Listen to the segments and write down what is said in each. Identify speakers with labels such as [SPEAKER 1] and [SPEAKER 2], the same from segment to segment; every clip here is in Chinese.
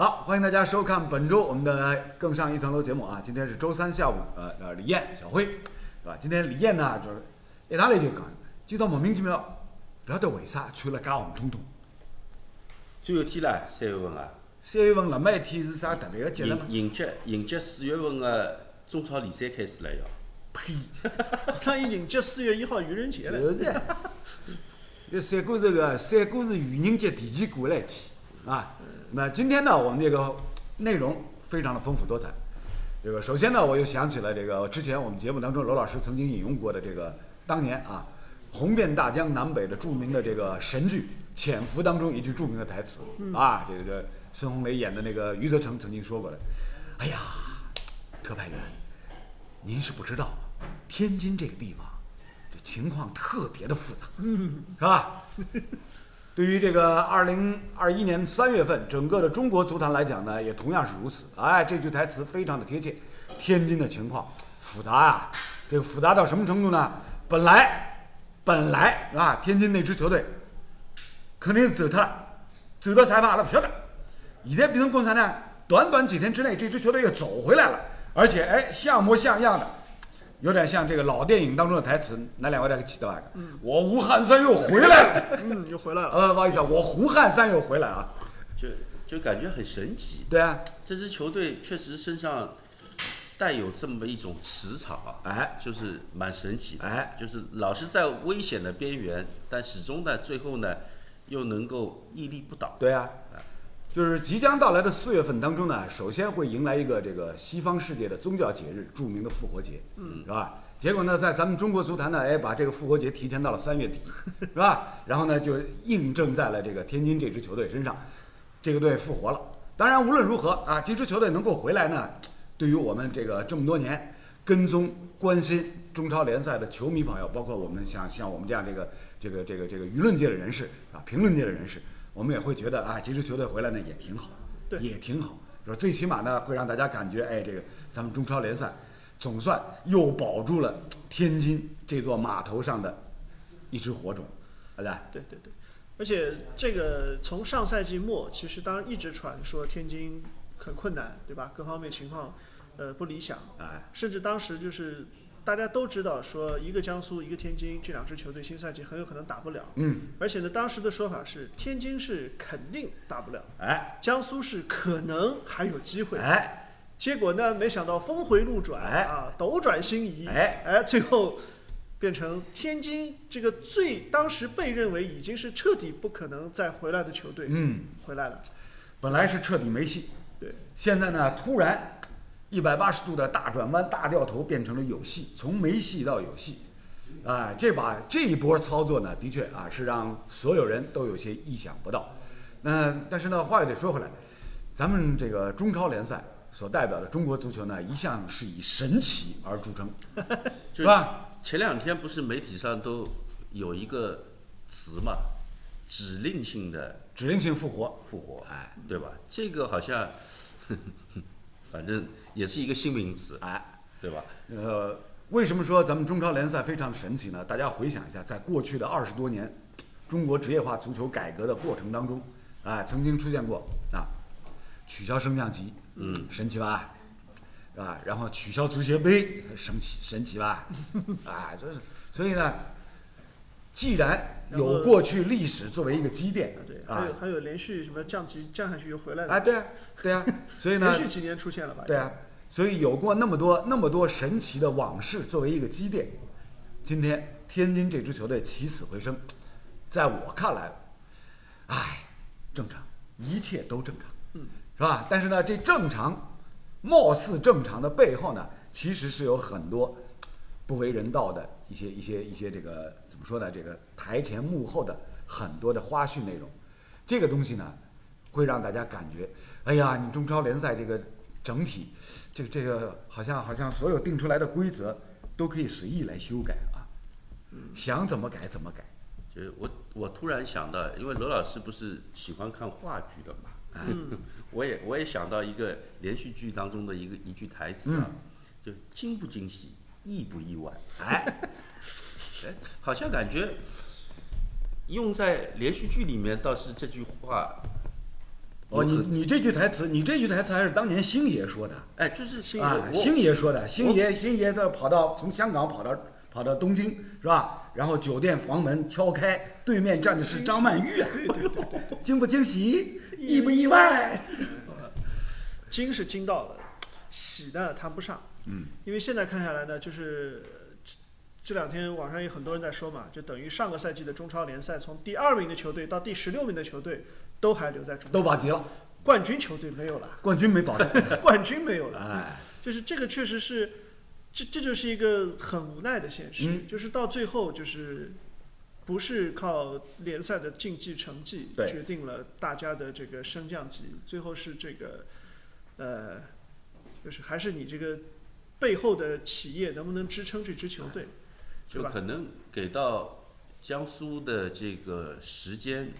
[SPEAKER 1] 好，欢迎大家收看本周我们的更上一层楼节目啊！今天是周三下午，呃呃，李艳、小辉，对吧？今天李艳呢，就是哎一上来就讲，今朝莫名其妙，勿晓得为啥穿了介红彤彤。
[SPEAKER 2] 最后一天啦，三月份啊，
[SPEAKER 1] 三月份辣么一天是啥特别个节日吗
[SPEAKER 2] 迎？迎接迎接四月份的中超联赛开始了要。
[SPEAKER 1] 呸！
[SPEAKER 3] 那也迎接四月一号愚人节了。
[SPEAKER 1] 就是啊， 这三哥这个三哥是愚人节提前过了一天啊。那今天呢，我们这个内容非常的丰富多彩。这个首先呢，我又想起了这个之前我们节目当中罗老师曾经引用过的这个当年啊，红遍大江南北的著名的这个神剧《潜伏》当中一句著名的台词啊，这个孙红雷演的那个余则成曾经说过的，哎呀，特派员，您是不知道，天津这个地方，这情况特别的复杂，是吧？ 对于这个二零二一年三月份整个的中国足坛来讲呢，也同样是如此。哎，这句台词非常的贴切。天津的情况复杂啊，这个复杂到什么程度呢？本来本来是吧，天津那支球队肯定是走脱了，走到裁判阿拉不晓得。现在变成共产呢，短短几天之内，这支球队又走回来了，而且哎，像模像样的，有点像这个老电影当中的台词，哪两位来个记得吧？我吴汉三又回来了。
[SPEAKER 3] 嗯，又回来了。
[SPEAKER 1] 呃，不好意思，啊，我胡汉三又回来啊。
[SPEAKER 2] 就就感觉很神奇。
[SPEAKER 1] 对啊，
[SPEAKER 2] 这支球队确实身上带有这么一种磁场啊，
[SPEAKER 1] 哎
[SPEAKER 2] 就是蛮神奇的，
[SPEAKER 1] 哎，
[SPEAKER 2] 就是老是在危险的边缘，但始终呢，最后呢，又能够屹立不倒。
[SPEAKER 1] 对啊，就是即将到来的四月份当中呢，首先会迎来一个这个西方世界的宗教节日，著名的复活节，嗯，是吧？结果呢，在咱们中国足坛呢，哎，把这个复活节提前到了三月底，是吧？然后呢，就印证在了这个天津这支球队身上，这个队复活了。当然，无论如何啊，这支球队能够回来呢，对于我们这个这么多年跟踪关心中超联赛的球迷朋友，包括我们像像我们这样这个这个这个这个舆论界的人士啊，评论界的人士，我们也会觉得啊，这支球队回来呢也挺好，
[SPEAKER 3] 对
[SPEAKER 1] 也挺好。说最起码呢，会让大家感觉，哎，这个咱们中超联赛总算又保住了天津这座码头上的一只火种，好吧？
[SPEAKER 3] 对对对，而且这个从上赛季末，其实当然一直传说天津很困难，对吧？各方面情况，呃，不理想，
[SPEAKER 1] 哎，
[SPEAKER 3] 甚至当时就是大家都知道说，一个江苏，一个天津，这两支球队新赛季很有可能打不了。
[SPEAKER 1] 嗯，
[SPEAKER 3] 而且呢，当时的说法是，天津是肯定打不了，
[SPEAKER 1] 哎，
[SPEAKER 3] 江苏是可能还有机会。
[SPEAKER 1] 哎，
[SPEAKER 3] 结果呢，没想到峰回路转
[SPEAKER 1] 哎
[SPEAKER 3] 啊，斗转星移，
[SPEAKER 1] 哎
[SPEAKER 3] 最后变成天津这个最当时被认为已经是彻底不可能再回来的球队，
[SPEAKER 1] 嗯，
[SPEAKER 3] 回来了，啊
[SPEAKER 1] 本来是彻底没戏，
[SPEAKER 3] 对，
[SPEAKER 1] 现在呢，突然一百八十度的大转弯、大掉头，变成了有戏，从没戏到有戏。啊，这把这一波操作呢，的确啊是让所有人都有些意想不到。那但是呢，话又得说回来，咱们这个中超联赛所代表的中国足球呢，一向是以神奇而著称，
[SPEAKER 2] 就是
[SPEAKER 1] 吧？
[SPEAKER 2] 前两天不是媒体上都有一个词嘛，指令性的
[SPEAKER 1] 指令性复活，
[SPEAKER 2] 复活，
[SPEAKER 1] 哎，
[SPEAKER 2] 对吧？这个好像， 反正也是一个新名词，
[SPEAKER 1] 哎，
[SPEAKER 2] 对吧？
[SPEAKER 1] 呃，为什么说咱们中超联赛非常神奇呢？大家回想一下，在过去的二十多年，中国职业化足球改革的过程当中，啊、曾经出现过啊，取消升降级，嗯，神奇吧？啊，然后取消足协杯，神奇神奇 吧？啊，就是，所以呢，既然
[SPEAKER 3] 然后
[SPEAKER 1] 有过去历史作为一个积淀
[SPEAKER 3] 啊，对，
[SPEAKER 1] 啊
[SPEAKER 3] 还有，还有连续什么降级降下去又回来了，
[SPEAKER 1] 啊，对啊，对啊，所以呢，
[SPEAKER 3] 连续几年出现了吧？
[SPEAKER 1] 对啊，所以有过那么多那么多神奇的往事作为一个积淀，今天天津这支球队起死回生，在我看来，唉，正常，一切都正常，嗯，是吧？但是呢，这正常，貌似正常的背后呢，其实是有很多不为人道的一些一些一些这个怎么说呢？这个台前幕后的很多的花絮内容，这个东西呢，会让大家感觉，哎呀，你中超联赛这个整体，这个这个好像好像所有定出来的规则都可以随意来修改啊，想怎么改怎么改，
[SPEAKER 2] 就是我我突然想到，因为罗老师不是喜欢看话剧的嘛，
[SPEAKER 1] 嗯
[SPEAKER 2] 我也我也想到一个连续剧当中的一个一句台词
[SPEAKER 1] 嗯
[SPEAKER 2] 啊，就惊不惊喜，意不意外，
[SPEAKER 1] 哎，
[SPEAKER 2] 哎，好像感觉用在连续剧里面倒是这句话
[SPEAKER 1] 哦，你
[SPEAKER 2] 有很
[SPEAKER 1] 你这句台词，你这句台词还是当年星爷说的
[SPEAKER 2] 哎，就是星
[SPEAKER 1] 啊，星爷说的。星爷星爷他跑到从香港跑到跑到东京是吧？然后酒店房门敲开，对面站的是张曼玉啊，
[SPEAKER 3] 对对对对，
[SPEAKER 1] 惊不惊喜，意不意外？
[SPEAKER 3] 惊是惊到了，喜呢谈不上。嗯，因为现在看下来呢，就是呃这这两天网上有很多人在说嘛，就等于上个赛季的中超联赛，从第二名的球队到第十六名的球队都还留在中
[SPEAKER 1] 都
[SPEAKER 3] 超，
[SPEAKER 1] 保级了，
[SPEAKER 3] 冠军球队没有 了，
[SPEAKER 1] 冠军没保证。
[SPEAKER 3] 冠军没有了。
[SPEAKER 1] 哎，
[SPEAKER 3] 就是这个确实是，这这就是一个很无奈的现实，
[SPEAKER 1] 嗯
[SPEAKER 3] 就是到最后就是不是靠联赛的竞技成绩
[SPEAKER 1] 对
[SPEAKER 3] 决定了大家的这个升降级，最后是这个呃，就是还是你这个背后的企业能不能支撑这支球队，是
[SPEAKER 2] 就
[SPEAKER 3] 吧？
[SPEAKER 2] 可能给到江苏的这个时间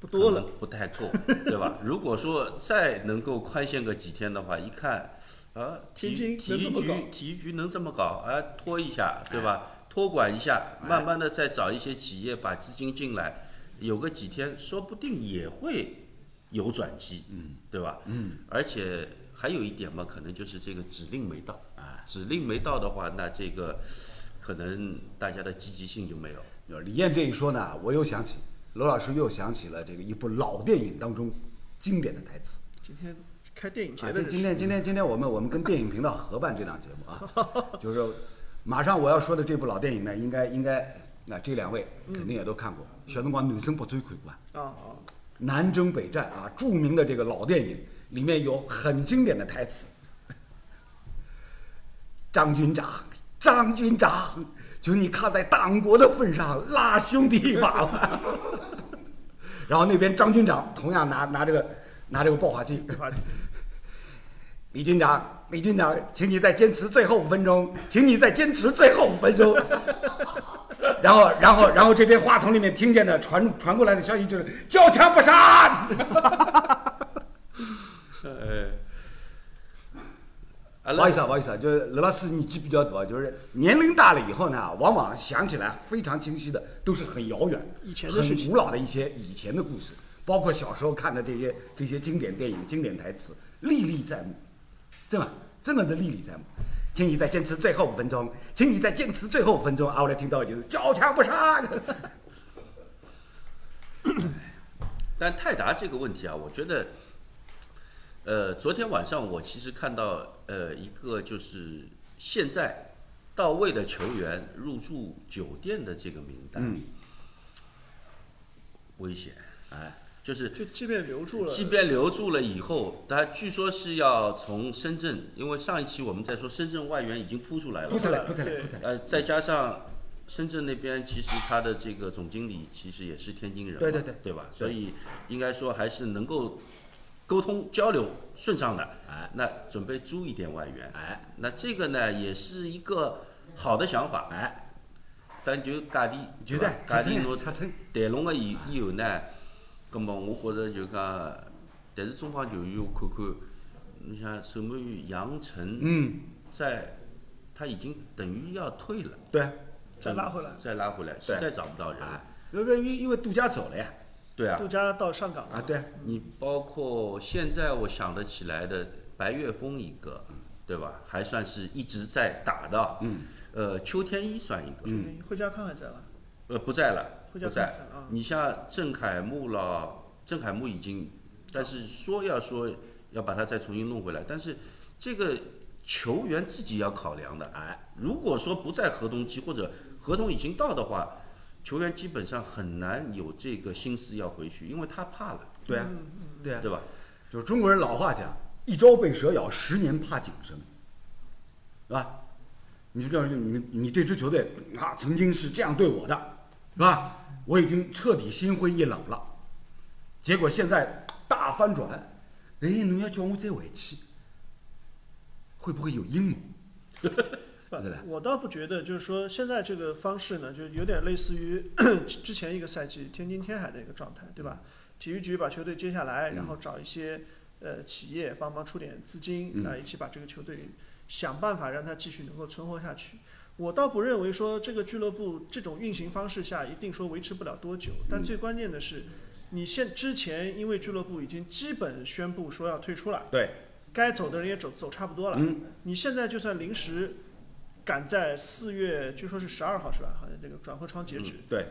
[SPEAKER 3] 不多了，，
[SPEAKER 2] 不太够， 对吧？如果说再能够宽限个几天的话，一看，啊，体
[SPEAKER 3] 天津
[SPEAKER 2] 体
[SPEAKER 3] 能
[SPEAKER 2] 育
[SPEAKER 3] 这么哎搞
[SPEAKER 2] 局体育局能这么搞，啊，拖一下，对吧？托管一下，
[SPEAKER 3] 哎
[SPEAKER 2] 慢慢的再找一些企业把资金进来，有个几天，说不定也会有转机，嗯，对吧？嗯，而且还有一点嘛，可能就是这个指令没到，
[SPEAKER 3] 哎
[SPEAKER 2] 啊，指令没到的话，那这个可能大家的积极性就没 有。
[SPEAKER 1] 李艳这一说呢，我又想起罗老师又想起了这个一部老电影当中经典的台词。
[SPEAKER 3] 今天开电影节
[SPEAKER 1] 啊，
[SPEAKER 3] 的
[SPEAKER 1] 这
[SPEAKER 3] 人
[SPEAKER 1] 今
[SPEAKER 3] 是、
[SPEAKER 1] 天今天今天我们我们跟电影频道合办这档节目啊， 就是说马上我要说的这部老电影呢，应该应该那这两位肯定也都看过，小辰光女生不追看过啊，
[SPEAKER 3] 啊啊，
[SPEAKER 1] 南征北战啊，著名的这个老电影里面有很经典的台词。张军长，张军长，就你看在党国的份上，拉兄弟一把吧。 然后那边张军长同样拿拿这个拿这个爆话器，
[SPEAKER 3] 对吧？
[SPEAKER 1] 李军长，李军长，请你再坚持最后五分钟，请你再坚持最后五分钟。 然后，然后，然后这边话筒里面听见的传传过来的消息就是交枪不杀。
[SPEAKER 3] 哎
[SPEAKER 2] 呃，阿
[SPEAKER 1] 不好意思啊，不好意思啊，就是罗老师年纪比较大，就是年龄大了以后呢，往往想起来非常清晰的都是很遥远、
[SPEAKER 3] 以前的事
[SPEAKER 1] 很
[SPEAKER 3] 情
[SPEAKER 1] 古老的一些以前的故事，包括小时候看的这些这些经典电影、经典台词，历历在目，真的真的都历历在目。请你再坚持最后五分钟，请你再坚持最后五分钟。啊，我来听到就是交枪不杀。
[SPEAKER 2] 但泰达这个问题啊，我觉得，呃，昨天晚上我其实看到呃一个就是现在到位的球员入住酒店的这个名单，
[SPEAKER 1] 嗯
[SPEAKER 2] 危险，哎，就是
[SPEAKER 3] 就即便留住了，
[SPEAKER 2] 即便留住了以后，他据说是要从深圳，因为上一期我们在说深圳外援已经扑出来了
[SPEAKER 1] 扑
[SPEAKER 2] 嘛，
[SPEAKER 1] 出来，扑出来，
[SPEAKER 3] 对
[SPEAKER 1] 扑出来。
[SPEAKER 2] 呃，再加上深圳那边，其实他的这个总经理其实也是天津人嘛，
[SPEAKER 1] 对对对
[SPEAKER 2] 对吧？所以应该说还是能够沟通交流顺畅的。
[SPEAKER 1] 哎
[SPEAKER 2] 那准备租一点外援，
[SPEAKER 1] 哎
[SPEAKER 2] 那这个呢也是一个好的想法，
[SPEAKER 1] 哎，
[SPEAKER 2] 但就价钿，
[SPEAKER 1] 就
[SPEAKER 2] 对
[SPEAKER 1] 是
[SPEAKER 2] 吧
[SPEAKER 1] 擦
[SPEAKER 2] 价钿
[SPEAKER 1] 蹭
[SPEAKER 2] 侬
[SPEAKER 1] 擦蹭。
[SPEAKER 2] 谈拢了以以后呢，葛么我觉着就讲，但是中方球员我看看，你像守门员杨晨
[SPEAKER 1] 嗯，
[SPEAKER 2] 在，他已经等于要退了。
[SPEAKER 1] 对，
[SPEAKER 3] 再拉回来，
[SPEAKER 2] 再拉回来，实在找不到人。
[SPEAKER 1] 啊，因为因为杜佳走了呀。
[SPEAKER 2] 对啊
[SPEAKER 3] 杜，佳到上港了
[SPEAKER 1] 啊，对啊，
[SPEAKER 2] 你包括现在我想得起来的白岳峰一个，对吧？还算是一直在打的。
[SPEAKER 1] 嗯。
[SPEAKER 2] 呃，邱天一算一个，
[SPEAKER 3] 嗯，惠家康还在吧？
[SPEAKER 2] 呃，不在了，
[SPEAKER 3] 惠
[SPEAKER 2] 不
[SPEAKER 3] 家康
[SPEAKER 2] 在。
[SPEAKER 3] 还在啊，
[SPEAKER 2] 你像郑凯木了，郑凯木已经，但是说要说要把他再重新弄回来，但是这个球员自己要考量的。哎，如果说不在合同期或者合同已经到的话，球员基本上很难有这个心思要回去，因为他怕了，
[SPEAKER 1] 对啊，
[SPEAKER 3] 嗯
[SPEAKER 1] 对啊。
[SPEAKER 2] 对吧？
[SPEAKER 1] 就是中国人老话讲，一朝被蛇咬，十年怕井绳，是吧？你就这样，你你这支球队啊，曾经是这样对我的，是吧？我已经彻底心灰意冷了，结果现在大翻转，哎，侬要叫我再回去，会不会有阴谋？
[SPEAKER 3] 不
[SPEAKER 1] 对吧，
[SPEAKER 3] 我倒不觉得，就是说现在这个方式呢，就有点类似于 之前一个赛季天津天海的一个状态，对吧？体育局把球队接下来，然
[SPEAKER 1] 嗯
[SPEAKER 3] 后找一些呃企业帮忙出点资
[SPEAKER 1] 嗯
[SPEAKER 3] 金，啊，一起把这个球队想办法让它继续能够存活下去。我倒不认为
[SPEAKER 1] 嗯
[SPEAKER 3] 说这个俱乐部这种运行方式下一定说维持不了多久，但最关键的是，你现之前因为俱乐部已经基本宣布说要退出了，
[SPEAKER 1] 对，
[SPEAKER 3] 该走的人也走走差不多了，
[SPEAKER 1] 嗯
[SPEAKER 3] 你现在就算临时赶在四月，据说是十二号是吧？好像这个转会窗截止，
[SPEAKER 1] 对，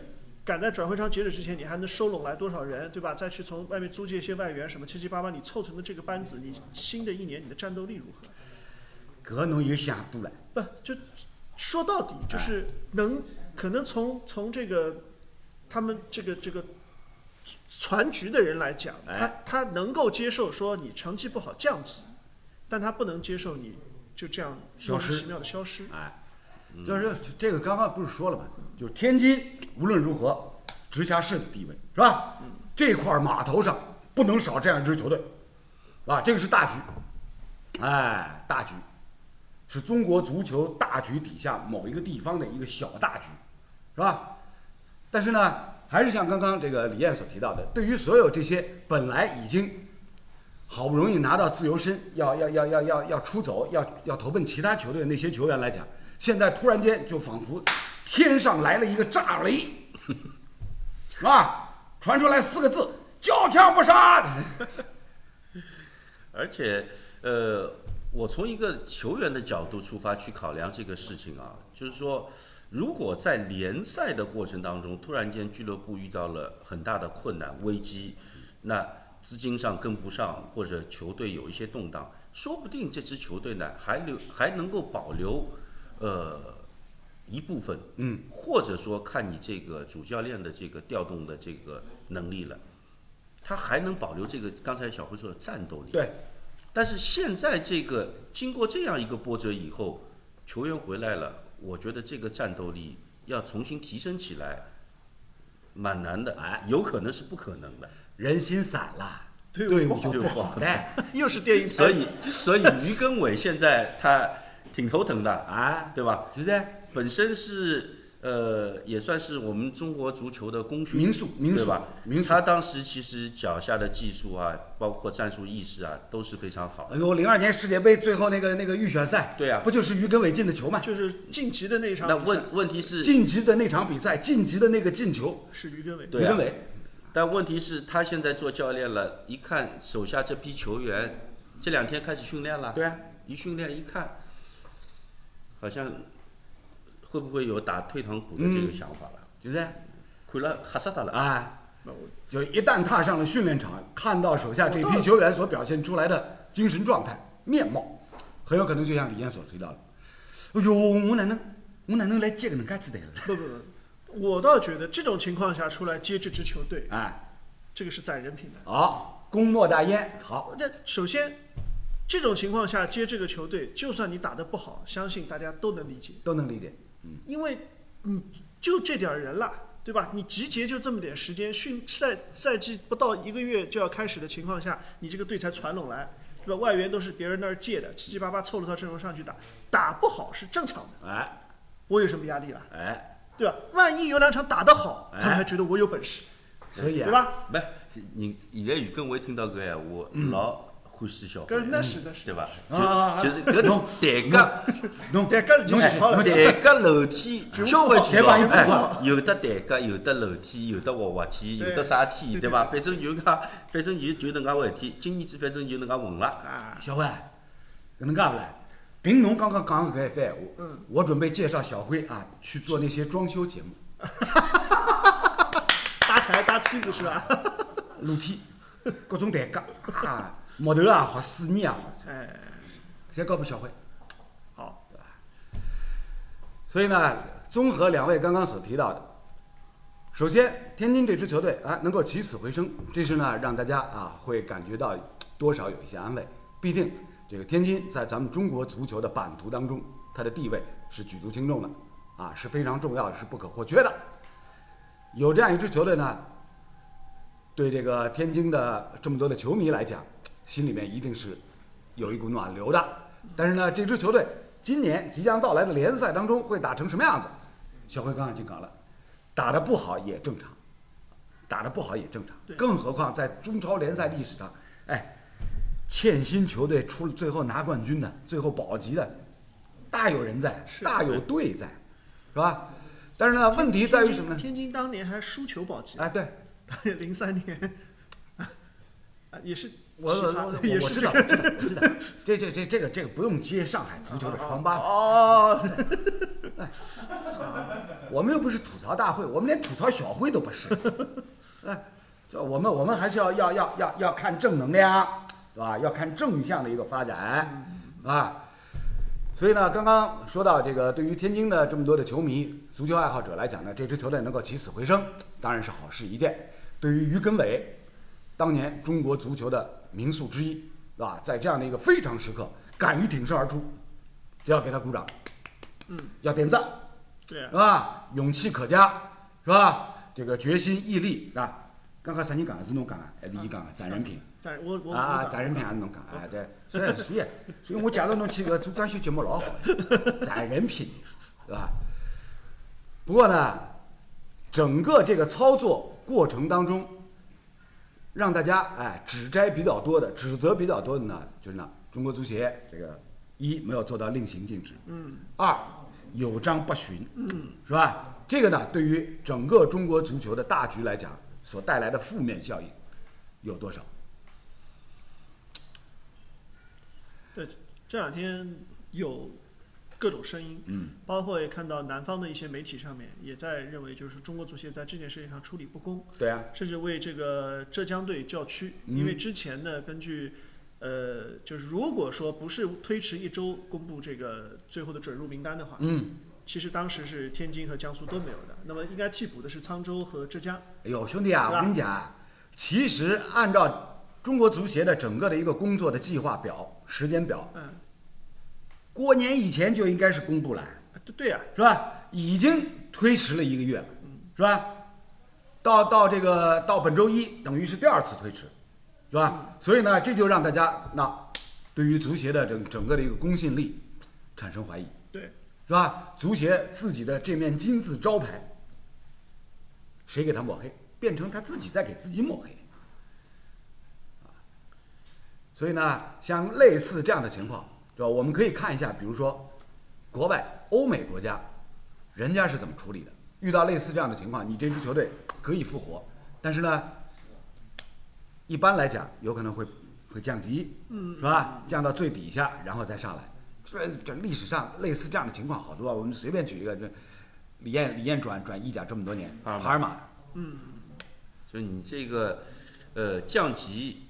[SPEAKER 3] 赶在转会窗截止之前，你还能收拢来多少人，对吧？再去从外面租借一些外援，什么七七八八，你凑成的这个班子，你新的一年你的战斗力如何？
[SPEAKER 1] 搿侬又想多了。
[SPEAKER 3] 不就说到底就是
[SPEAKER 1] 哎
[SPEAKER 3] 能可能从从这个他们这个这个传局的人来讲，他
[SPEAKER 1] 哎
[SPEAKER 3] 他能够接受说你成绩不好降级，但他不能接受你就这样
[SPEAKER 1] 消
[SPEAKER 3] 莫名
[SPEAKER 1] 失
[SPEAKER 3] 其妙的消失。
[SPEAKER 1] 就是这个刚刚不是说了吗？就是天津无论如何，直辖市的地位是吧？这块码头上不能少这样一支球队，啊，这个是大局，哎，大局，是中国足球大局底下某一个地方的一个小大局，是吧？但是呢，还是像刚刚这个李艳所提到的，对于所有这些本来已经好不容易拿到自由身，要要要要要要出走，要要投奔其他球队的那些球员来讲，现在突然间就仿佛天上来了一个炸雷，啊，传出来四个字：交枪不杀。
[SPEAKER 2] 而且，呃，我从一个球员的角度出发去考量这个事情啊，就是说，如果在联赛的过程当中，突然间俱乐部遇到了很大的困难危机，那资金上跟不上，或者球队有一些动荡，说不定这支球队呢还留还能够保留，呃，一部分，
[SPEAKER 1] 嗯，
[SPEAKER 2] 或者说看你这个主教练的这个调动的这个能力了。他还能保留这个刚才小辉说的战斗力，
[SPEAKER 1] 对，
[SPEAKER 2] 但是现在这个经过这样一个波折以后，球员回来了，我觉得这个战斗力要重新提升起来，蛮难的，哎，有可能是不可能的。
[SPEAKER 1] 人心散了，
[SPEAKER 3] 队伍
[SPEAKER 1] 队
[SPEAKER 3] 不
[SPEAKER 1] 伍
[SPEAKER 3] 好
[SPEAKER 1] 就
[SPEAKER 2] 队伍
[SPEAKER 1] 不
[SPEAKER 2] 不
[SPEAKER 1] 好
[SPEAKER 2] 好
[SPEAKER 1] 带。
[SPEAKER 3] 又是电影
[SPEAKER 2] 所以，所以于根伟现在他挺头疼的，
[SPEAKER 1] 啊，
[SPEAKER 2] 对吧？
[SPEAKER 1] 对不对？
[SPEAKER 2] 本身是呃，也算是我们中国足球的功勋，
[SPEAKER 1] 民宿，民
[SPEAKER 2] 对
[SPEAKER 1] 宿
[SPEAKER 2] 吧，
[SPEAKER 1] 民宿
[SPEAKER 2] 他。当时其实脚下的技术啊，包括战术意识啊，都是非常好的。
[SPEAKER 1] 哎呦，零二年世界杯最后那个那个预选赛，
[SPEAKER 2] 对啊
[SPEAKER 1] 不就是于根伟进的球吗？
[SPEAKER 3] 就是晋级的那一场
[SPEAKER 2] 那
[SPEAKER 3] 比赛
[SPEAKER 2] 问问题是，
[SPEAKER 1] 晋级的那场比赛，晋级的那个进球，
[SPEAKER 3] 是于根伟，
[SPEAKER 2] 对
[SPEAKER 1] 于
[SPEAKER 2] 啊
[SPEAKER 1] 根伟，
[SPEAKER 2] 但问题是，他现在做教练了，一看手下这批球员，这两天开始训练了，
[SPEAKER 1] 对啊，
[SPEAKER 2] 一训练一看，好像会不会有打退堂鼓的这个想法了？
[SPEAKER 1] 对不对？
[SPEAKER 2] 看了吓死他了！
[SPEAKER 1] 啊，
[SPEAKER 3] 那我
[SPEAKER 1] 就是一旦踏上了训练场，看到手下这批球员所表现出来的精神状态面貌，很有可能就像李艳所提到的，哎呦，我哪能我哪能来接个能介子弹了？
[SPEAKER 3] 不不不，我倒觉得这种情况下出来接这支球队，
[SPEAKER 1] 哎，
[SPEAKER 3] 这个是攒人品的。
[SPEAKER 1] 好，功莫大焉，好，
[SPEAKER 3] 那首先，这种情况下接这个球队，就算你打得不好，相信大家都能理解，
[SPEAKER 1] 都能理解，
[SPEAKER 3] 因为你就这点儿人了。对吧？你集结就这么点时间，训赛赛季不到一个月就要开始的情况下，你这个队才传拢来，对吧？外援都是别人那儿借的，七七八八凑了套阵容上去打，打不好是正常的。
[SPEAKER 1] 哎
[SPEAKER 3] 我有什么压力了？
[SPEAKER 1] 哎，
[SPEAKER 3] 对吧？万一有两场打得好，
[SPEAKER 1] 哎
[SPEAKER 3] 他们还觉得我有本事，
[SPEAKER 1] 所以啊
[SPEAKER 3] 对吧？
[SPEAKER 2] 不，你现在于根伟听到搿闲话，老欢喜小辉
[SPEAKER 3] 搿，那是那是
[SPEAKER 2] 对吧？
[SPEAKER 1] 啊啊啊
[SPEAKER 2] 就就是搿种抬杠，
[SPEAKER 1] 侬
[SPEAKER 3] 但搿就
[SPEAKER 1] 侬
[SPEAKER 3] 喜欢了
[SPEAKER 1] 侬
[SPEAKER 3] 对
[SPEAKER 2] 抬杠楼梯交关渠
[SPEAKER 1] 谁
[SPEAKER 2] 道，
[SPEAKER 1] 把你不好
[SPEAKER 2] 哎，有的抬杠，有的楼梯，有的滑滑梯，有的啥
[SPEAKER 3] 对
[SPEAKER 2] 梯，
[SPEAKER 3] 对
[SPEAKER 2] 对吧？反正就讲，反正就就能介回事体。今年子反正就能介混了。
[SPEAKER 3] 啊，
[SPEAKER 1] 小辉，搿能介勿啦？凭侬刚刚讲的搿一番闲话，
[SPEAKER 3] 嗯
[SPEAKER 1] 我准备介绍小辉啊去做那些装修节目，
[SPEAKER 3] 搭台搭梯子是吧？
[SPEAKER 1] 露天，各种抬杠啊，木头也好，水泥也好，
[SPEAKER 3] 哎，
[SPEAKER 1] 侪交拨小辉。
[SPEAKER 3] 好，
[SPEAKER 1] 所以呢，综合两位刚刚所提到的，首先天津这支球队啊能够起死回生，这是呢让大家啊会感觉到多少有一些安慰。毕竟这个天津在咱们中国足球的版图当中，它的地位是举足轻重的，啊是非常重要的，是不可或缺的。有这样一支球队呢，对这个天津的这么多的球迷来讲，心里面一定是有一股暖流的。但是呢，这支球队今年即将到来的联赛当中会打成什么样子？小辉刚刚已经讲了，打得不好也正常，打得不好也正常。
[SPEAKER 3] 对
[SPEAKER 1] 更何况在中超联赛历史上，哎，欠薪球队出了最后拿冠军的，最后保级的，大有人在，
[SPEAKER 3] 是
[SPEAKER 1] 大有队在，是吧？但是呢，问题在于什么呢？
[SPEAKER 3] 天津当年还输球保级，
[SPEAKER 1] 哎，对，
[SPEAKER 3] 零三年， 啊，也是
[SPEAKER 1] 我
[SPEAKER 3] 奇
[SPEAKER 1] 我
[SPEAKER 3] 葩
[SPEAKER 1] 我
[SPEAKER 3] 也
[SPEAKER 1] 我
[SPEAKER 3] 是
[SPEAKER 1] 知
[SPEAKER 3] 这
[SPEAKER 1] 道，
[SPEAKER 3] 个
[SPEAKER 1] 我知道，我知道，这这这这个这个不用揭上海足球的
[SPEAKER 3] 啊
[SPEAKER 1] 疮疤，
[SPEAKER 3] 哦，
[SPEAKER 1] 我们又不是吐槽大会，我们连吐槽小会都不是。哎，这我们我们还是要要要要要看正能量，对吧？要看正向的一个发展，啊。所以呢，刚刚说到这个，对于天津的这么多的球迷、足球爱好者来讲呢，这支球队能够起死回生，当然是好事一件。对于于根伟，当年中国足球的名宿之一，是吧？在这样的一个非常时刻，敢于挺身而出，这要给他鼓掌，
[SPEAKER 3] 嗯，
[SPEAKER 1] 要点赞。
[SPEAKER 3] 对啊
[SPEAKER 1] 是，吧？勇气可嘉，是吧？这个决心毅力，是吧？刚刚啥人讲的？是侬讲的还是伊讲的？攒人品
[SPEAKER 3] 在我我
[SPEAKER 1] 啊，
[SPEAKER 3] 我
[SPEAKER 1] 攒人品还是侬讲的？哎，对，所以所以所以我介绍侬去搿做装修节目老好的，攒人品，是吧？不过呢，整个这个操作过程当中，让大家哎指摘比较多的、指责比较多的呢，就是呢，中国足协这个一没有做到令行禁止，
[SPEAKER 3] 嗯，
[SPEAKER 1] 二有章不循，嗯，是吧？这个呢，对于整个中国足球的大局来讲，所带来的负面效应有多少？
[SPEAKER 3] 对，这两天有各种声音，
[SPEAKER 1] 嗯，
[SPEAKER 3] 包括也看到南方的一些媒体上面也在认为，就是中国足协在这件事情上处理不公，
[SPEAKER 1] 对啊，
[SPEAKER 3] 甚至为这个浙江队叫屈，
[SPEAKER 1] 嗯
[SPEAKER 3] 因为之前呢，根据呃，就是如果说不是推迟一周公布这个最后的准入名单的话，
[SPEAKER 1] 嗯，
[SPEAKER 3] 其实当时是天津和江苏都没有的，那么应该替补的是沧州和浙江。
[SPEAKER 1] 哎呦，兄弟啊，
[SPEAKER 3] 是吧
[SPEAKER 1] 我跟你讲啊，其实按照中国足协的整个的一个工作的计划表、时间表，
[SPEAKER 3] 嗯，
[SPEAKER 1] 过年以前就应该是公布了，
[SPEAKER 3] 对对呀、啊
[SPEAKER 1] 是吧？已经推迟了一个月了，是吧？到到这个到本周一，等于是第二次推迟，是
[SPEAKER 3] 嗯
[SPEAKER 1] 吧？所以呢，这就让大家那对于足协的整整个的一个公信力产生怀疑，
[SPEAKER 3] 对，
[SPEAKER 1] 是吧？足协自己的这面金字招牌，谁给他抹黑，变成他自己在给自己抹黑。所以呢，像类似这样的情况，对吧？我们可以看一下，比如说国外欧美国家，人家是怎么处理的？遇到类似这样的情况，你这支球队可以复活，但是呢，一般来讲有可能会会降级，嗯，是吧？降到最底下，然后再上来。这这历史上类似这样的情况好多啊。我们随便举一个，这李艳李艳转转意甲这么多年，
[SPEAKER 2] 帕尔马
[SPEAKER 1] 帕尔马
[SPEAKER 2] 所以你这个呃降级，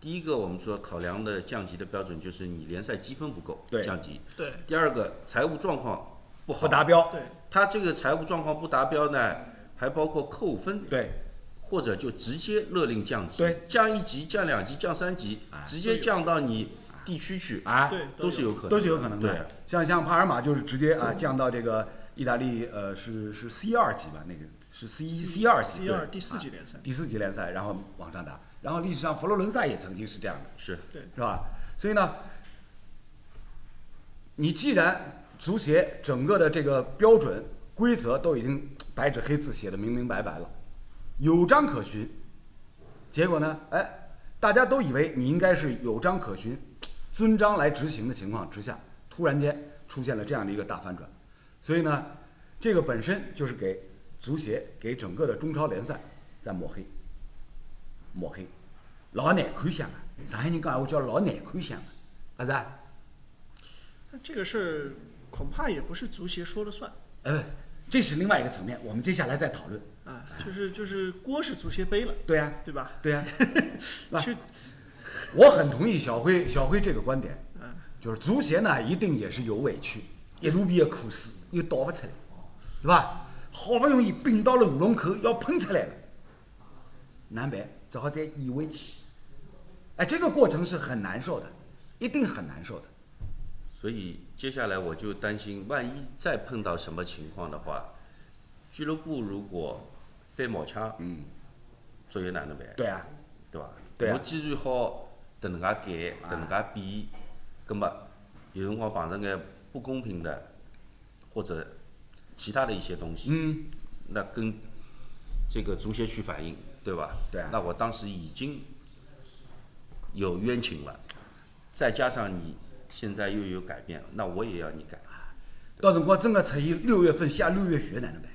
[SPEAKER 2] 第一个我们说考量的降级的标准就是你联赛积分不够
[SPEAKER 1] 对
[SPEAKER 2] 降级，
[SPEAKER 3] 对
[SPEAKER 2] 第二个财务状况不好，
[SPEAKER 1] 不达标，
[SPEAKER 3] 对，
[SPEAKER 2] 他这个财务状况不达标呢，还包括扣分，
[SPEAKER 1] 对，
[SPEAKER 2] 或者就直接勒令降级，
[SPEAKER 1] 对，
[SPEAKER 2] 降一级、降两级、降三级，直接降到你地区去，
[SPEAKER 1] 啊，
[SPEAKER 3] 对，
[SPEAKER 2] 都是
[SPEAKER 3] 有。
[SPEAKER 2] 有可能，
[SPEAKER 1] 都是有可能的。
[SPEAKER 2] 对，
[SPEAKER 1] 像像帕尔马就是直接啊降到这个意大利呃是是 C 二级吧，那个是 C 一 C 二级
[SPEAKER 3] C
[SPEAKER 1] 对
[SPEAKER 3] 二第四级联赛
[SPEAKER 1] 啊，第四级联赛，然后往上打。然后历史上佛罗伦萨也曾经是这样的，
[SPEAKER 2] 是
[SPEAKER 1] 是吧？所以呢，你既然足协整个的这个标准规则都已经白纸黑字写的明明白白了，有章可循，结果呢，哎，大家都以为你应该是有章可循、遵章来执行的情况之下，突然间出现了这样的一个大反转，所以呢，这个本身就是给足协、给整个的中超联赛在抹黑。抹黑，老难看相啊！上海人讲闲话叫老难看相啊，啊是啊？
[SPEAKER 3] 但这个事儿恐怕也不是足协说了算
[SPEAKER 1] 呃，这是另外一个层面，我们接下来再讨论。
[SPEAKER 3] 啊，就是就是锅是足协背了，
[SPEAKER 1] 对呀、
[SPEAKER 3] 对吧？
[SPEAKER 1] 对呀、啊
[SPEAKER 3] 是，
[SPEAKER 1] 我很同意小辉小辉这个观点，
[SPEAKER 3] 嗯、
[SPEAKER 1] 就是足协呢一定也是有委屈，一肚皮的苦水又倒不出来，是吧？好不容易屏到了喉咙口，要喷出来了，难办，只好再咽回去。哎，这个过程是很难受的，一定很难受的。
[SPEAKER 2] 所以接下来我就担心，万一再碰到什么情况的话，俱乐部如果被抹枪，
[SPEAKER 1] 嗯，
[SPEAKER 2] 作业哪能办？
[SPEAKER 1] 对啊，
[SPEAKER 2] 对伐？
[SPEAKER 1] 对啊
[SPEAKER 2] 我既然好迭能介改，
[SPEAKER 1] 啊
[SPEAKER 2] 迭能介变，葛末啊有辰光碰着眼不公平的或者其他的一些东西，
[SPEAKER 1] 嗯，
[SPEAKER 2] 那跟这个足协去反映，对吧？
[SPEAKER 1] 对啊
[SPEAKER 2] 那我当时已经有冤情了，再加上你现在又有改变，那我也要你改。
[SPEAKER 1] 到辰 光真的出现六月份下六月雪哪能办？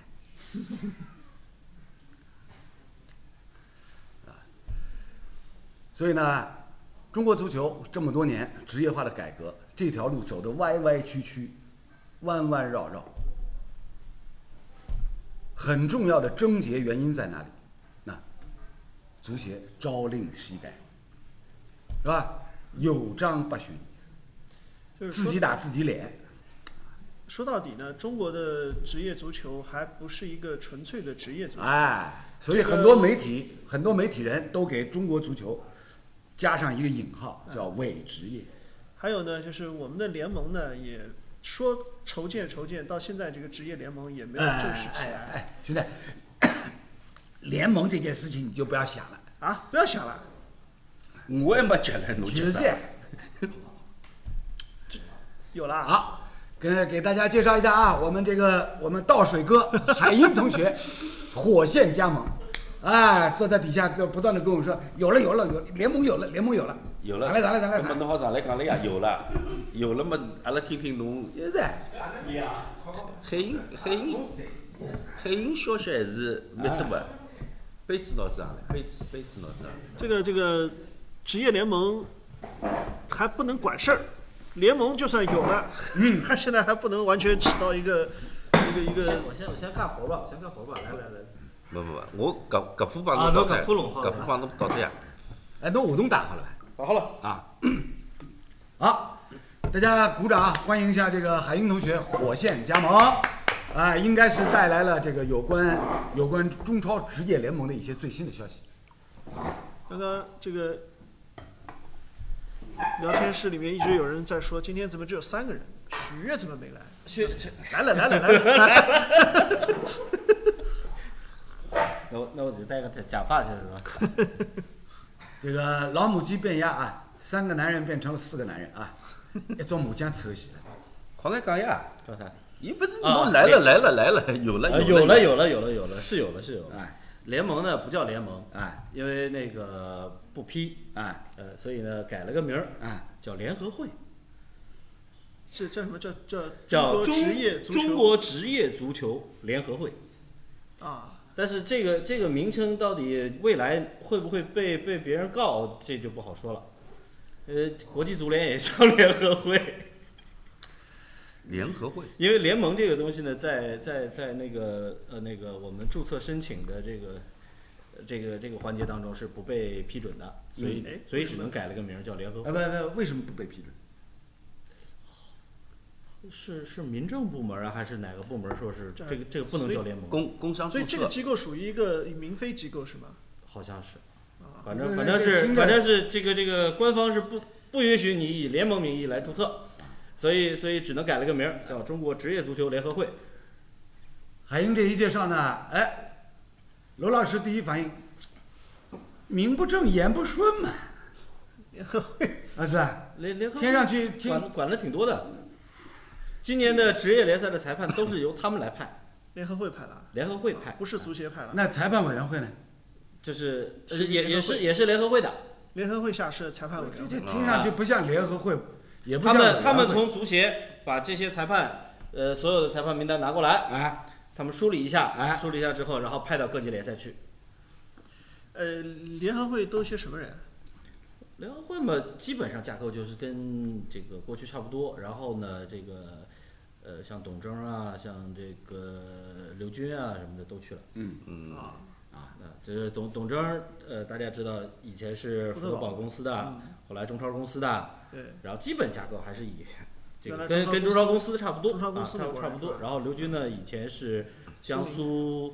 [SPEAKER 1] 啊所以呢，中国足球这么多年职业化的改革，这条路走得歪歪曲曲、弯弯绕绕。很重要的症结原因在哪里？那足协朝令夕改，是吧？有章不循，
[SPEAKER 3] 就是
[SPEAKER 1] 自
[SPEAKER 3] 说
[SPEAKER 1] 己打自己脸。
[SPEAKER 3] 说到底呢，中国的职业足球还不是一个纯粹的职业足球。
[SPEAKER 1] 哎，所以
[SPEAKER 3] 这个
[SPEAKER 1] 很多媒体、很多媒体人都给中国足球加上一个引号，叫伪职业。
[SPEAKER 3] 还有呢，就是我们的联盟呢，也说筹建筹建，到现在这个职业联盟也没有
[SPEAKER 1] 哎
[SPEAKER 3] 正式起
[SPEAKER 1] 哎
[SPEAKER 3] 来、
[SPEAKER 1] 哎，兄弟， 联盟这件事情你就不要想了。
[SPEAKER 3] 啊！不要想了，
[SPEAKER 2] 我也没觉得侬
[SPEAKER 1] 其
[SPEAKER 2] 去
[SPEAKER 1] 实
[SPEAKER 2] 啥
[SPEAKER 1] 这，
[SPEAKER 3] 有了啊！
[SPEAKER 1] 好，跟给大家介绍一下啊，我们这个我们倒水哥海英同学火线加盟，哎，坐在底下就不断的跟我们说，有了有了有了联盟有了联盟有了
[SPEAKER 2] 有了，
[SPEAKER 1] 上来上来上来上
[SPEAKER 2] 那么
[SPEAKER 1] 来，
[SPEAKER 2] 侬好上来讲了呀，啊有了，有了嘛，阿拉听听侬
[SPEAKER 1] 就是
[SPEAKER 2] 海英海英海英消息还是蛮多的，杯子拿上来，杯子杯子拿啊上来，
[SPEAKER 3] 这个这个职业联盟还不能管事儿，联盟就算有了，
[SPEAKER 1] 嗯
[SPEAKER 3] 他现在 还不能完全起到一个一个一个
[SPEAKER 4] 先我先我先干活吧，我先干活吧，来来来，
[SPEAKER 2] 没没没，我搿搿副帮
[SPEAKER 4] 啊
[SPEAKER 2] 侬
[SPEAKER 4] 侬
[SPEAKER 2] 倒
[SPEAKER 4] 搿副弄好
[SPEAKER 2] 搿
[SPEAKER 4] 了
[SPEAKER 2] 副帮侬倒对啊呀，
[SPEAKER 1] 哎，那舞动打好了吧？
[SPEAKER 2] 打好了啊。
[SPEAKER 1] 好，大家鼓掌啊！欢迎一下这个海英同学火线加盟，啊、应该是带来了这个有关有关中超职业联盟的一些最新的消息。
[SPEAKER 3] 刚刚这个聊天室里面一直有人在说，今天怎么只有三个人？许悦怎么没来？
[SPEAKER 4] 去
[SPEAKER 3] 来了来了来了 来了！
[SPEAKER 4] 那我那我得戴个假发去 是吧？
[SPEAKER 1] 这个老母鸡变鸭啊，三个男人变成了四个男人啊， 一种麻将抽死了。
[SPEAKER 2] 好来讲呀，
[SPEAKER 4] 叫啥？
[SPEAKER 2] 伊不是
[SPEAKER 4] 啊
[SPEAKER 2] 侬来了来了来了，有
[SPEAKER 4] 呃，
[SPEAKER 2] 了
[SPEAKER 4] 有
[SPEAKER 2] 了
[SPEAKER 4] 了有了有了有了，是有了是有了。
[SPEAKER 1] 哎
[SPEAKER 4] 联盟呢不叫联盟，
[SPEAKER 1] 哎
[SPEAKER 4] 因为那个不批，
[SPEAKER 1] 哎
[SPEAKER 4] 呃，所以呢改了个名儿，
[SPEAKER 1] 哎，
[SPEAKER 4] 叫联合会，
[SPEAKER 3] 是叫什么叫叫
[SPEAKER 4] 叫
[SPEAKER 3] 中国职业足球
[SPEAKER 4] 中国职业足球联合会。
[SPEAKER 3] 啊？
[SPEAKER 4] 但是这个这个名称到底未来会不会被被别人告，这就不好说了。呃，国际足联也叫联合会。
[SPEAKER 2] 联合会，
[SPEAKER 4] 因为联盟这个东西呢，在在在那个呃那个我们注册申请的这个呃这个这个环节当中是不被批准的，所以、
[SPEAKER 3] 嗯哎
[SPEAKER 4] 所以只能改了个名儿叫联
[SPEAKER 1] 啊
[SPEAKER 4] 合会。
[SPEAKER 1] 不不，为什么不被批准？
[SPEAKER 4] 哎是是民政部门啊，还是哪个部门说是
[SPEAKER 3] 这
[SPEAKER 4] 这个这个不能叫联盟？
[SPEAKER 2] 工工商
[SPEAKER 3] 所
[SPEAKER 2] 注
[SPEAKER 3] 以这个
[SPEAKER 2] 册，
[SPEAKER 3] 机构属于一个民非机构是吗？
[SPEAKER 4] 好像是，
[SPEAKER 3] 啊，
[SPEAKER 4] 反正
[SPEAKER 1] 对
[SPEAKER 4] 反正
[SPEAKER 1] 对
[SPEAKER 4] 是
[SPEAKER 1] 听着
[SPEAKER 4] 反正是这个这个官方是不不允许你以联盟名义来注册，所以所以只能改了个名儿叫中国职业足球联合会。
[SPEAKER 1] 海英这一介绍呢，哎，罗老师第一反应，名不正言不顺嘛，
[SPEAKER 3] 联合会
[SPEAKER 1] 啊是吧？
[SPEAKER 4] 联联合
[SPEAKER 1] 听
[SPEAKER 4] 会
[SPEAKER 1] 上去听
[SPEAKER 4] 管管了挺多的。今年的职业联赛的裁判都是由他们来派，
[SPEAKER 3] 联合会派了啊，
[SPEAKER 4] 联合会派，
[SPEAKER 3] 不是足协派了。
[SPEAKER 1] 那裁判委员会呢？
[SPEAKER 4] 就是呃
[SPEAKER 3] 是
[SPEAKER 4] 也
[SPEAKER 3] 联合会
[SPEAKER 4] 也是也是联合会的。
[SPEAKER 3] 联合会下设裁判委员
[SPEAKER 1] 这
[SPEAKER 3] 会
[SPEAKER 1] 这听上去不像联合会，也不
[SPEAKER 4] 他
[SPEAKER 1] 像
[SPEAKER 4] 们
[SPEAKER 1] 委员
[SPEAKER 4] 他们
[SPEAKER 1] 会
[SPEAKER 4] 从足协把这些裁判，呃，所有的裁判名单拿过来，
[SPEAKER 1] 哎
[SPEAKER 4] 他们梳理一下，
[SPEAKER 1] 哎
[SPEAKER 4] 梳理一下之后，然后派到各级联赛去。
[SPEAKER 3] 呃，联合会都些什么人？
[SPEAKER 4] 联合会嘛，基本上架构就是跟这个过去差不多。然后呢，这个呃，像董征啊，像这个刘军啊什么的都去了。
[SPEAKER 2] 嗯，
[SPEAKER 3] 啊，
[SPEAKER 4] 啊，就是董董征，呃，大家知道以前是
[SPEAKER 3] 福
[SPEAKER 4] 福
[SPEAKER 3] 特
[SPEAKER 4] 特
[SPEAKER 3] 宝
[SPEAKER 4] 宝公司的，
[SPEAKER 3] 嗯
[SPEAKER 4] 后来中超公司的，
[SPEAKER 3] 对，
[SPEAKER 4] 然后基本架构还是 以这
[SPEAKER 3] 原来
[SPEAKER 4] 个跟跟
[SPEAKER 3] 中
[SPEAKER 4] 中
[SPEAKER 3] 超
[SPEAKER 4] 超
[SPEAKER 3] 公
[SPEAKER 4] 公司差不多，
[SPEAKER 3] 中超公司
[SPEAKER 4] 啊、
[SPEAKER 3] 那会
[SPEAKER 4] 差不
[SPEAKER 3] 儿
[SPEAKER 4] 差不多
[SPEAKER 3] 是。吧
[SPEAKER 4] 然后刘军呢，以前是江苏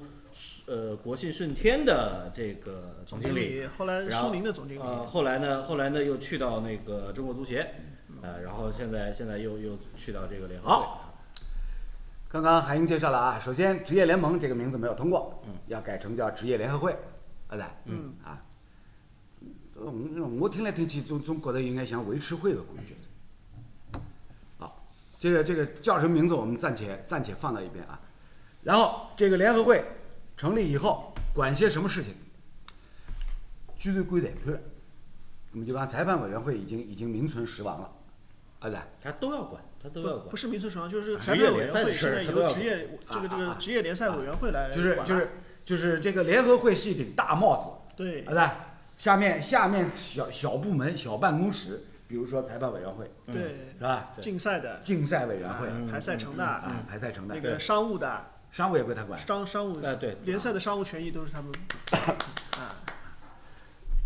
[SPEAKER 4] 呃国信顺天的这个总经理，
[SPEAKER 3] 理，后来
[SPEAKER 4] 然后
[SPEAKER 3] 苏宁的总经
[SPEAKER 4] 呃，
[SPEAKER 3] 理，
[SPEAKER 4] 后来呢，后来呢又去到那个中国足协，呃，然后现在现在又又去到这个联合会。啊
[SPEAKER 1] 刚刚韩英介绍了啊，首先职业联盟这个名字没有通过，要改成叫职业联合会，阿仔，
[SPEAKER 3] 嗯
[SPEAKER 1] 啊，呃我我听来听去总总觉得有点像维持会的感觉。好，这个这个叫什么名字我们暂且暂且放到一边啊。然后这个联合会成立以后管些什么事情？居然归裁判了，我们就讲裁判委员会已经已经名存实亡了，阿仔。
[SPEAKER 4] 他都要管，他都要
[SPEAKER 3] 不
[SPEAKER 4] 管
[SPEAKER 3] 不。是民粹双就是
[SPEAKER 4] 职
[SPEAKER 3] 裁
[SPEAKER 4] 业
[SPEAKER 3] 判委
[SPEAKER 4] 联
[SPEAKER 3] 员
[SPEAKER 4] 赛的
[SPEAKER 3] 会，
[SPEAKER 4] 事
[SPEAKER 3] 现
[SPEAKER 4] 儿
[SPEAKER 3] 在
[SPEAKER 4] 他都
[SPEAKER 3] 由
[SPEAKER 4] 要啊
[SPEAKER 3] 职业这个这个职业联赛委员会来
[SPEAKER 1] 就是
[SPEAKER 3] 管
[SPEAKER 1] 就
[SPEAKER 3] 了
[SPEAKER 1] 是就是这个联合会是一顶大帽子，
[SPEAKER 3] 对
[SPEAKER 4] 嗯
[SPEAKER 1] 啊，对吧？下面下面小小部门、小办公室，比如说裁判委员会
[SPEAKER 3] 对
[SPEAKER 1] 是吧？
[SPEAKER 3] 竞赛的
[SPEAKER 1] 竞赛委员
[SPEAKER 3] 啊
[SPEAKER 1] 会
[SPEAKER 3] 排赛
[SPEAKER 4] 嗯
[SPEAKER 3] 程的
[SPEAKER 1] 啊，排赛程的
[SPEAKER 3] 嗯那，个商务的
[SPEAKER 1] 商务也归他管。
[SPEAKER 3] 商商务
[SPEAKER 4] 哎对
[SPEAKER 3] 联赛的商务权益都是他们啊。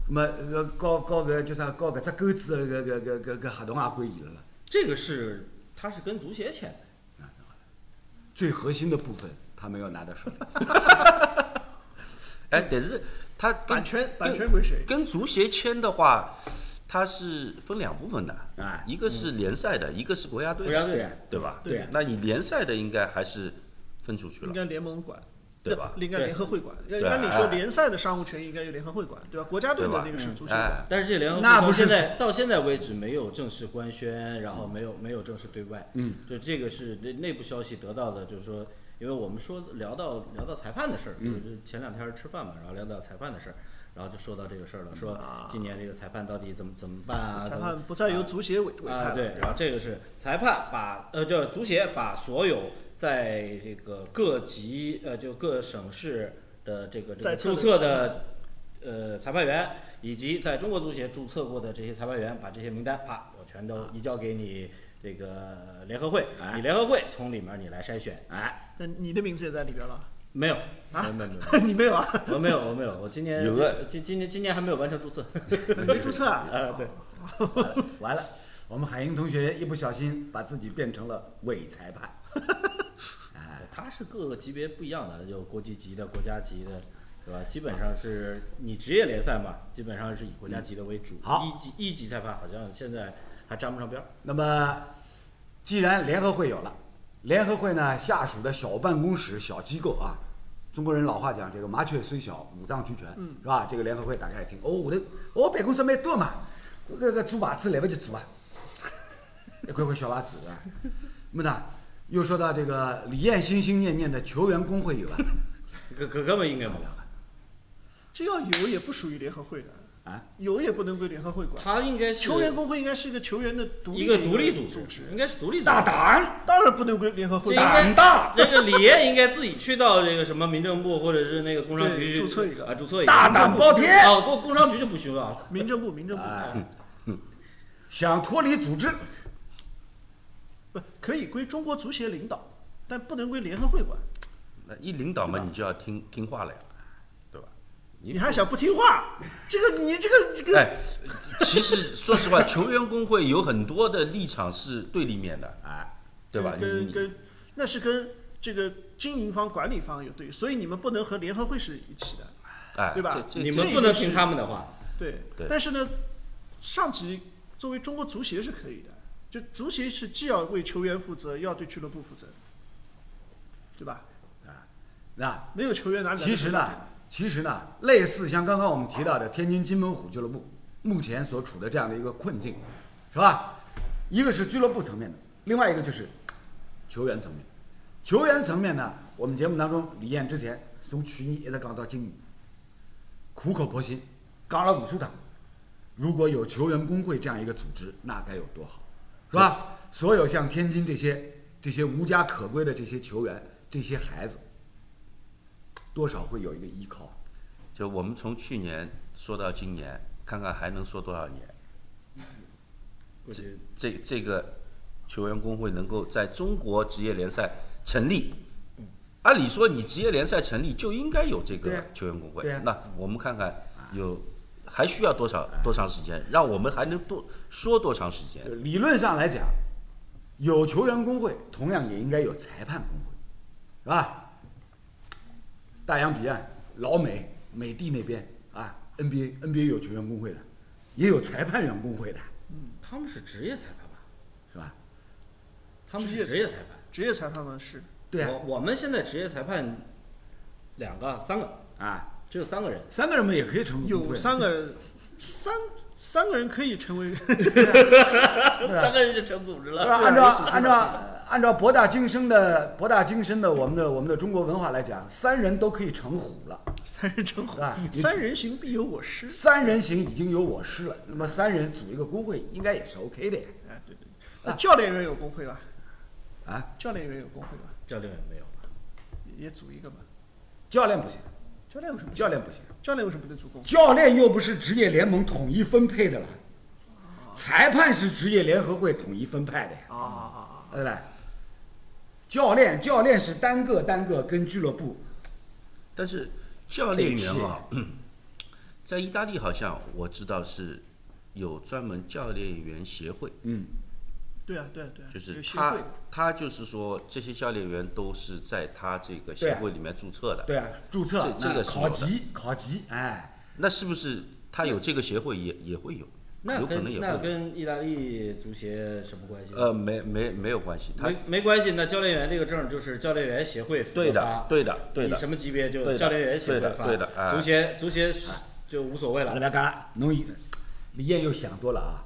[SPEAKER 1] 那么呃搞搞个叫啥？搞搿只钩子的搿搿搿搿搿合同也归伊了啦。
[SPEAKER 4] 这个是他是跟足协签的，
[SPEAKER 1] 最核心的部分，他们要拿到手里。
[SPEAKER 2] 哎，但是他跟
[SPEAKER 3] 版权版
[SPEAKER 2] 跟
[SPEAKER 3] 权归谁？
[SPEAKER 2] 跟足协签的话，它是分两部分的
[SPEAKER 1] 哎
[SPEAKER 2] 一个是联赛的，一个是国家队的，
[SPEAKER 4] 国家队的
[SPEAKER 2] 对吧？
[SPEAKER 4] 对啊
[SPEAKER 2] 那你联赛的应该还是分出去
[SPEAKER 3] 应
[SPEAKER 2] 了，
[SPEAKER 3] 该联盟管，
[SPEAKER 2] 对吧？
[SPEAKER 3] 应该
[SPEAKER 4] 对哎
[SPEAKER 3] 联合会管。
[SPEAKER 2] 啊
[SPEAKER 3] 应该你说联赛的商务权益应该由联合会管，对吧？国家队
[SPEAKER 2] 对
[SPEAKER 3] 的
[SPEAKER 2] 吧
[SPEAKER 3] 那个
[SPEAKER 4] 嗯
[SPEAKER 3] 是足协管。
[SPEAKER 2] 哎，
[SPEAKER 4] 但是这联合
[SPEAKER 1] 那
[SPEAKER 4] 国
[SPEAKER 1] 不
[SPEAKER 4] 现
[SPEAKER 1] 是
[SPEAKER 4] 在到现在为止没有正式官宣，然后没有没有正式对外，嗯，就这个是内内部消息得到的，就是说，因为我们说聊到聊到裁判的事儿，就是前两天吃饭嘛，然后聊到裁判的事儿，然后就说到这个事儿了，说今年这个裁判到底怎么怎么办啊？
[SPEAKER 3] 裁
[SPEAKER 4] 怎么
[SPEAKER 3] 判不再由足协委委
[SPEAKER 4] 啊，
[SPEAKER 3] 派了
[SPEAKER 4] 对，然后这个是裁判把呃，就足协把所有在这个各级呃，就各省市的这个这
[SPEAKER 3] 在
[SPEAKER 4] 个
[SPEAKER 3] 册的
[SPEAKER 4] 注册的呃裁判员，以及在中国足协注册过的这些裁判员，把这些名单啪，我全都移交给你这个联合会，你联合会从里面你来筛选。哎，
[SPEAKER 3] 那你的名字也在里边了？
[SPEAKER 4] 没有，没
[SPEAKER 3] 啊
[SPEAKER 4] 有，没有，没有
[SPEAKER 3] 你没有啊？
[SPEAKER 4] 我没有，我没有，我今年
[SPEAKER 2] 有个
[SPEAKER 4] 今今年今年还没有完成注册。
[SPEAKER 3] 没注册啊？
[SPEAKER 4] 啊，对，
[SPEAKER 1] 完了，我们海英同学一不小心把自己变成了伪裁判。
[SPEAKER 4] 它是各个级别不一样的，有国际级的、国家级的，对吧？基本上是你职业联赛嘛，基本上是以国家级的为主。
[SPEAKER 1] 好
[SPEAKER 4] 一级一级裁判好像现在还沾不上边儿。
[SPEAKER 1] 那么，既然联合会有了，联合会呢下属的小办公室、小机构啊，中国人老话讲这个麻雀虽小，五脏俱全，
[SPEAKER 3] 嗯
[SPEAKER 1] 是吧？这个联合会大家一听，哦，我的我办公室蛮多嘛，我这个做牌子来不及做啊， 一块块小牌子啊。那么呢，又说到这个李艳心心念念的球员工会有哎啊，
[SPEAKER 4] 哥哥哥们应该没有，
[SPEAKER 3] 这要有也不属于联合会的
[SPEAKER 1] 啊，
[SPEAKER 3] 有也不能归联合会管。
[SPEAKER 4] 他应该是
[SPEAKER 3] 球员工会应该是一个球员的独立
[SPEAKER 4] 一
[SPEAKER 3] 的
[SPEAKER 4] 个独立组
[SPEAKER 3] 组
[SPEAKER 4] 应该是独立组织。
[SPEAKER 1] 大胆
[SPEAKER 3] 当然不能归联合
[SPEAKER 4] 这
[SPEAKER 3] 会
[SPEAKER 4] 应
[SPEAKER 3] 管。
[SPEAKER 4] 该大，那个李艳应该自己去到这个什么民政部或者是那个工商
[SPEAKER 3] 对
[SPEAKER 4] 局
[SPEAKER 3] 注册一个
[SPEAKER 4] 啊，注册一个
[SPEAKER 1] 大胆包天，
[SPEAKER 4] 啊，不过工商局就不需要了。
[SPEAKER 3] 民政部，民政部
[SPEAKER 4] 啊
[SPEAKER 1] 哎，
[SPEAKER 2] 嗯
[SPEAKER 1] 想脱离组织，
[SPEAKER 3] 不可以归中国足协领导，但不能归联合会管。
[SPEAKER 2] 那一领导嘛，你就要听听话了呀，对吧？
[SPEAKER 3] 你还想不听话？这个你这个这个
[SPEAKER 2] 哎，其实 说实话，球员工会有很多的立场是对立面的，哎，对吧？你
[SPEAKER 3] 跟
[SPEAKER 2] 你
[SPEAKER 3] 跟那是跟这个经营方、管理方有对，所以你们不能和联合会是一起的，
[SPEAKER 2] 哎，
[SPEAKER 3] 对吧
[SPEAKER 2] 这
[SPEAKER 4] 你
[SPEAKER 2] 这
[SPEAKER 4] 们
[SPEAKER 3] 这
[SPEAKER 4] 不能
[SPEAKER 3] 个是
[SPEAKER 4] 听他们的话，
[SPEAKER 3] 对。
[SPEAKER 2] 对
[SPEAKER 3] 但是呢，上级作为中国足协是可以的，就足协是既要为球员负责，又要对俱乐部负责，对吧？
[SPEAKER 1] 啊。
[SPEAKER 3] 没有球员拿
[SPEAKER 1] 其实呢，其实呢，类似像刚刚我们提到的天津金门虎俱乐部目前所处的这样的一个困境，是吧？一个是俱乐部层面的，另外一个就是球员层面。球员层面呢，我们节目当中李艳之前从去年一直讲到今年，苦口婆心讲了无数趟，如果有球员工会这样一个组织，那该有多好，是吧？所有像天津这些这些无家可归的这些球员、这些孩子，多少会有一个依靠。啊
[SPEAKER 2] 就我们从去年说到今年，看看还能说多少年。
[SPEAKER 4] 估计
[SPEAKER 2] 这这个球员工会能够在中国职业联赛成立，按理说你职业联赛成立就应该有这
[SPEAKER 1] 对
[SPEAKER 2] 个
[SPEAKER 1] 啊
[SPEAKER 2] 球员工会
[SPEAKER 1] 对啊。
[SPEAKER 2] 那我们看看有还需要多少
[SPEAKER 1] 哎
[SPEAKER 2] 多长时间，让我们还能多说多长时间
[SPEAKER 1] 就？理论上来讲，有球员工会，同样也应该有裁判工会，是吧？大洋彼岸、老美、美帝那边啊，NBA NBA 有球员工会的，也有裁判员工会的，
[SPEAKER 4] 他们是职业裁判吧？
[SPEAKER 1] 是吧？
[SPEAKER 4] 他们
[SPEAKER 3] 职
[SPEAKER 4] 是
[SPEAKER 3] 业
[SPEAKER 4] 职业裁判。
[SPEAKER 3] 职业裁判嘛是
[SPEAKER 1] 对啊，
[SPEAKER 4] 我我们现在职业裁判两个、三个，
[SPEAKER 1] 啊，
[SPEAKER 4] 只有 三个人。
[SPEAKER 1] 三个人们也可以成立工
[SPEAKER 3] 有
[SPEAKER 1] 会，
[SPEAKER 3] 三个三三个人可以成为
[SPEAKER 4] 三个人就成组织
[SPEAKER 1] 是吧？
[SPEAKER 4] 了。
[SPEAKER 1] 按照按照按照博大精深的博大精深的我们的我们的中国文化来讲，三人都可以成虎了，
[SPEAKER 3] 三人成虎
[SPEAKER 1] 是吧？，
[SPEAKER 3] 三人行必有我师。
[SPEAKER 1] 三人行已经有我师了，那么三人组一个工会应该也是 OK 的呀。
[SPEAKER 3] 哎，对对对，那教练员有工会吧？
[SPEAKER 1] 啊，
[SPEAKER 3] 教练员有工会吧？
[SPEAKER 4] 教练员没有吧？
[SPEAKER 3] 也也组一个吧。
[SPEAKER 1] 教练不行，
[SPEAKER 3] 教练为什么不行？
[SPEAKER 1] 教练不行，
[SPEAKER 3] 教练为什么不能助攻？
[SPEAKER 1] 教练又不是职业联盟统一分配的了，裁判是职业联合会统一分派的呀。
[SPEAKER 3] 啊啊啊啊！
[SPEAKER 1] 对吧？教练，教练是单个单个跟俱乐部，
[SPEAKER 2] 但是教练员啊，
[SPEAKER 1] 哎
[SPEAKER 2] 在意大利好像我知道是有专门教练员协会，
[SPEAKER 1] 嗯，
[SPEAKER 3] 对啊对啊对啊，
[SPEAKER 2] 就是
[SPEAKER 3] 有协
[SPEAKER 2] 他
[SPEAKER 3] 会的，
[SPEAKER 2] 他就是说这些教练员都是在他这个
[SPEAKER 4] 啊
[SPEAKER 2] 协会里面注册的。
[SPEAKER 1] 对啊，注册
[SPEAKER 2] 这这个
[SPEAKER 1] 那
[SPEAKER 2] 是
[SPEAKER 1] 考
[SPEAKER 2] 有的
[SPEAKER 1] 级考级，哎，
[SPEAKER 2] 那是不是他有这个协会也也会有？
[SPEAKER 4] 那
[SPEAKER 2] 有可能
[SPEAKER 4] 跟
[SPEAKER 2] 也
[SPEAKER 4] 那
[SPEAKER 2] 会有。
[SPEAKER 4] 跟意大利足协什么关系？
[SPEAKER 2] 呃，没没没有关系，他
[SPEAKER 4] 没没关系，那教练员这个证就是教练员协会
[SPEAKER 2] 对的
[SPEAKER 4] 发，
[SPEAKER 2] 对的，对
[SPEAKER 4] 啊你
[SPEAKER 2] 的
[SPEAKER 4] 什。么级别
[SPEAKER 2] 对
[SPEAKER 4] 就
[SPEAKER 2] 的
[SPEAKER 4] 教练员协
[SPEAKER 2] 对
[SPEAKER 4] 会
[SPEAKER 2] 的
[SPEAKER 4] 发，
[SPEAKER 2] 对的哎
[SPEAKER 4] 足协足协就无所谓
[SPEAKER 1] 来
[SPEAKER 4] 了。
[SPEAKER 1] 来干，侬以李艳又想多了 啊，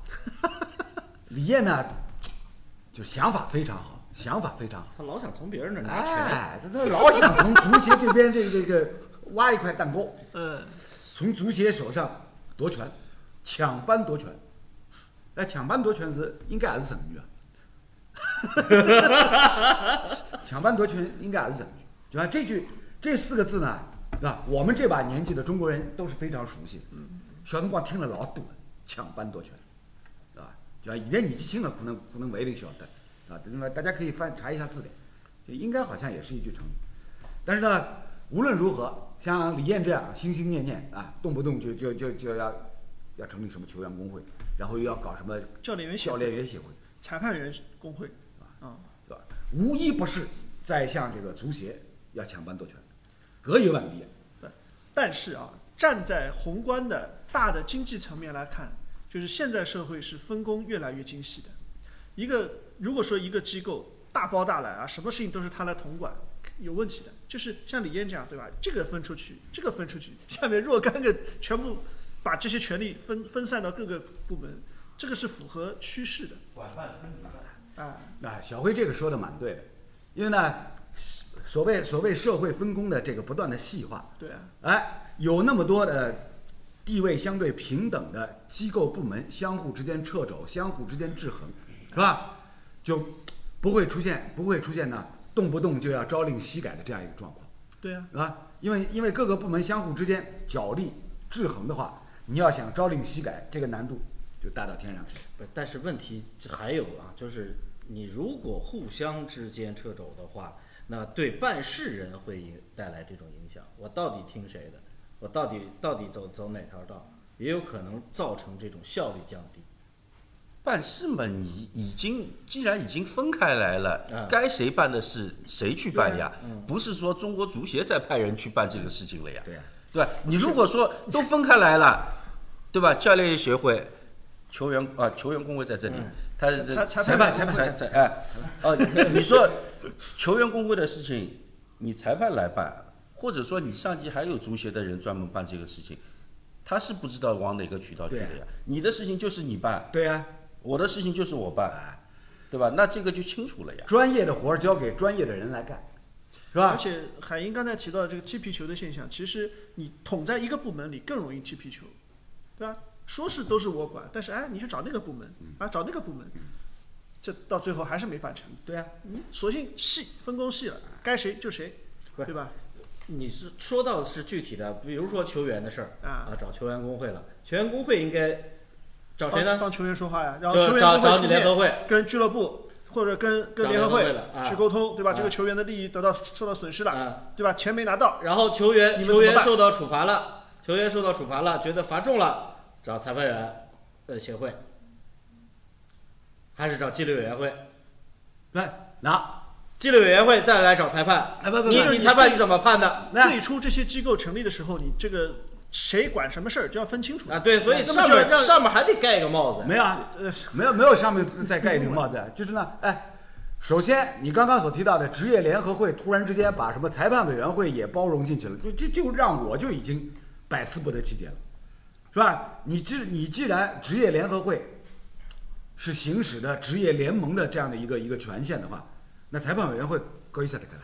[SPEAKER 1] 李艳呢，就想法非常好，想法非常好，
[SPEAKER 4] 他老想从别人那儿拿权，
[SPEAKER 1] 哎，他他老想从足协这边这这个挖一块蛋糕，
[SPEAKER 3] 嗯，
[SPEAKER 1] 从足协手上夺权，抢班夺权，那抢班夺权是应该还是成语啊？抢班夺权应该还是成语，就看这句这四个字呢，是吧？我们这把年纪的中国人都是非常熟悉的。小辰光听了老多了，抢班夺权，是吧？就看现在年纪轻了，可能可能不一定晓得，啊，那么大家可以翻查一下字典，就应该好像也是一句成语。但是呢，无论如何，像李艳这样心心念念啊，动不动就就就就要要成立什么球员工会，然后又要搞什么
[SPEAKER 3] 教练员协
[SPEAKER 1] 教
[SPEAKER 3] 会
[SPEAKER 1] 练员协会，
[SPEAKER 3] 裁判员工会，啊，
[SPEAKER 1] 是吧？无一不是在向这个足协要抢班夺权，隔一万里眼。
[SPEAKER 3] 但是啊，站在宏观的大的经济层面来看，就是现在社会是分工越来越精细的。一个如果说一个机构大包大揽啊，什么事情都是他来统管，有问题的。就是像李燕这样，对吧？这个分出去，这个分出去，下面若干个全部把这些权力分分散到各个部门，这个是符合趋势的。
[SPEAKER 4] 管饭分米饭。
[SPEAKER 3] 啊，
[SPEAKER 1] 啊，小辉这个说的蛮对的，因为呢，所谓所谓社会分工的这个不断的细化，
[SPEAKER 3] 对啊，
[SPEAKER 1] 哎，有那么多的地位相对平等的机构部门相互之间掣肘，相互之间制衡，是吧？就不会出现不会出现呢，动不动就要朝令夕改的这样一个状况，
[SPEAKER 3] 对啊，
[SPEAKER 1] 是吧？因为因为各个部门相互之间角力制衡的话，你要想朝令夕改，这个难度就大到天上去了。
[SPEAKER 4] 不，但是问题这还有啊，就是你如果互相之间掣肘的话，那对办事人会影带来这种影响。我到底听谁的？我到底到底走走哪条道？也有可能造成这种效率降低。
[SPEAKER 2] 办事嘛，你已经既然已经分开来了
[SPEAKER 4] 嗯，
[SPEAKER 2] 该谁办的事谁去办呀
[SPEAKER 4] 对啊嗯？
[SPEAKER 2] 不是说中国足协在派人去办这个事情了呀？
[SPEAKER 4] 对呀、啊
[SPEAKER 2] 对吧？你如果说都分开来了，对吧？教练协会、球员啊，球员工会在这里，他是
[SPEAKER 3] 裁裁
[SPEAKER 2] 裁
[SPEAKER 3] 判
[SPEAKER 2] 裁
[SPEAKER 3] 裁判
[SPEAKER 2] 裁裁哎，哦，你说球员工会的事情，你裁判来办，或者说你上级还有足协的人专门办这个事情，他是不知道往哪个渠道去的
[SPEAKER 1] 对
[SPEAKER 2] 呀。你的事情就是你办，
[SPEAKER 1] 对呀、
[SPEAKER 2] 我的事情就是我办，对吧？那这个就清楚了呀。
[SPEAKER 1] 专业的活儿交给专业的人来干，是
[SPEAKER 4] 啊
[SPEAKER 3] 而
[SPEAKER 1] 吧？
[SPEAKER 3] 且海英刚才提到的这个踢皮球的现象，其实你捅在一个部门里更容易踢皮球，对吧？说是都是我管，但是哎，你去找那个部门
[SPEAKER 4] 嗯
[SPEAKER 3] 啊，找那个部门，这到最后还是没办
[SPEAKER 4] 嗯
[SPEAKER 3] 成。
[SPEAKER 1] 对呀、
[SPEAKER 3] 你索性细分工细了，该谁就谁，
[SPEAKER 4] 不是
[SPEAKER 3] 对吧？
[SPEAKER 4] 你是说到的是具体的，比如说球员的事儿
[SPEAKER 3] 啊
[SPEAKER 4] 找球员工会了，球员工会应该找谁
[SPEAKER 3] 帮
[SPEAKER 4] 呢？
[SPEAKER 3] 帮球员说话呀，然哦后球
[SPEAKER 4] 就
[SPEAKER 3] 员
[SPEAKER 4] 找
[SPEAKER 3] 工会
[SPEAKER 4] 找
[SPEAKER 3] 出
[SPEAKER 4] 你联
[SPEAKER 3] 面
[SPEAKER 4] 合会，
[SPEAKER 3] 跟俱乐部或者跟跟
[SPEAKER 4] 找
[SPEAKER 3] 联合
[SPEAKER 4] 联合会了啊
[SPEAKER 3] 去沟通，对吧？
[SPEAKER 4] 啊
[SPEAKER 3] 这个球员的利益得到受到损失了，
[SPEAKER 4] 啊，
[SPEAKER 3] 对吧？钱没拿到，
[SPEAKER 4] 然后球员
[SPEAKER 3] 你们
[SPEAKER 4] 球
[SPEAKER 3] 怎么
[SPEAKER 4] 员
[SPEAKER 3] 办
[SPEAKER 4] 受到处罚了，球员受到处罚了，觉得罚中了，找裁判员呃协会，还是找纪律委员会？
[SPEAKER 1] 对，那
[SPEAKER 4] 纪律委员会再来找裁判，
[SPEAKER 1] 哎不不
[SPEAKER 4] 你
[SPEAKER 1] 不
[SPEAKER 4] 你裁判你怎么判的？
[SPEAKER 1] 那
[SPEAKER 3] 最初这些机构成立的时候，你这个谁管什么事儿就要分清楚
[SPEAKER 4] 啊，对，所以
[SPEAKER 3] 那
[SPEAKER 4] 上
[SPEAKER 3] 么就
[SPEAKER 4] 面
[SPEAKER 3] 让
[SPEAKER 4] 上面还得盖一个帽子。
[SPEAKER 1] 没有啊，
[SPEAKER 3] 呃，
[SPEAKER 1] 没有没有上面再盖一顶帽子，就是呢，哎，首先你刚刚所提到的职业联合会突然之间把什么裁判委员会也包容进去了，就这就让我就已经百思不得其解了，是吧？你既你既然职业联合会是行使的职业联盟的这样的一个一个权限的话，那裁判委员会搞意思的干了，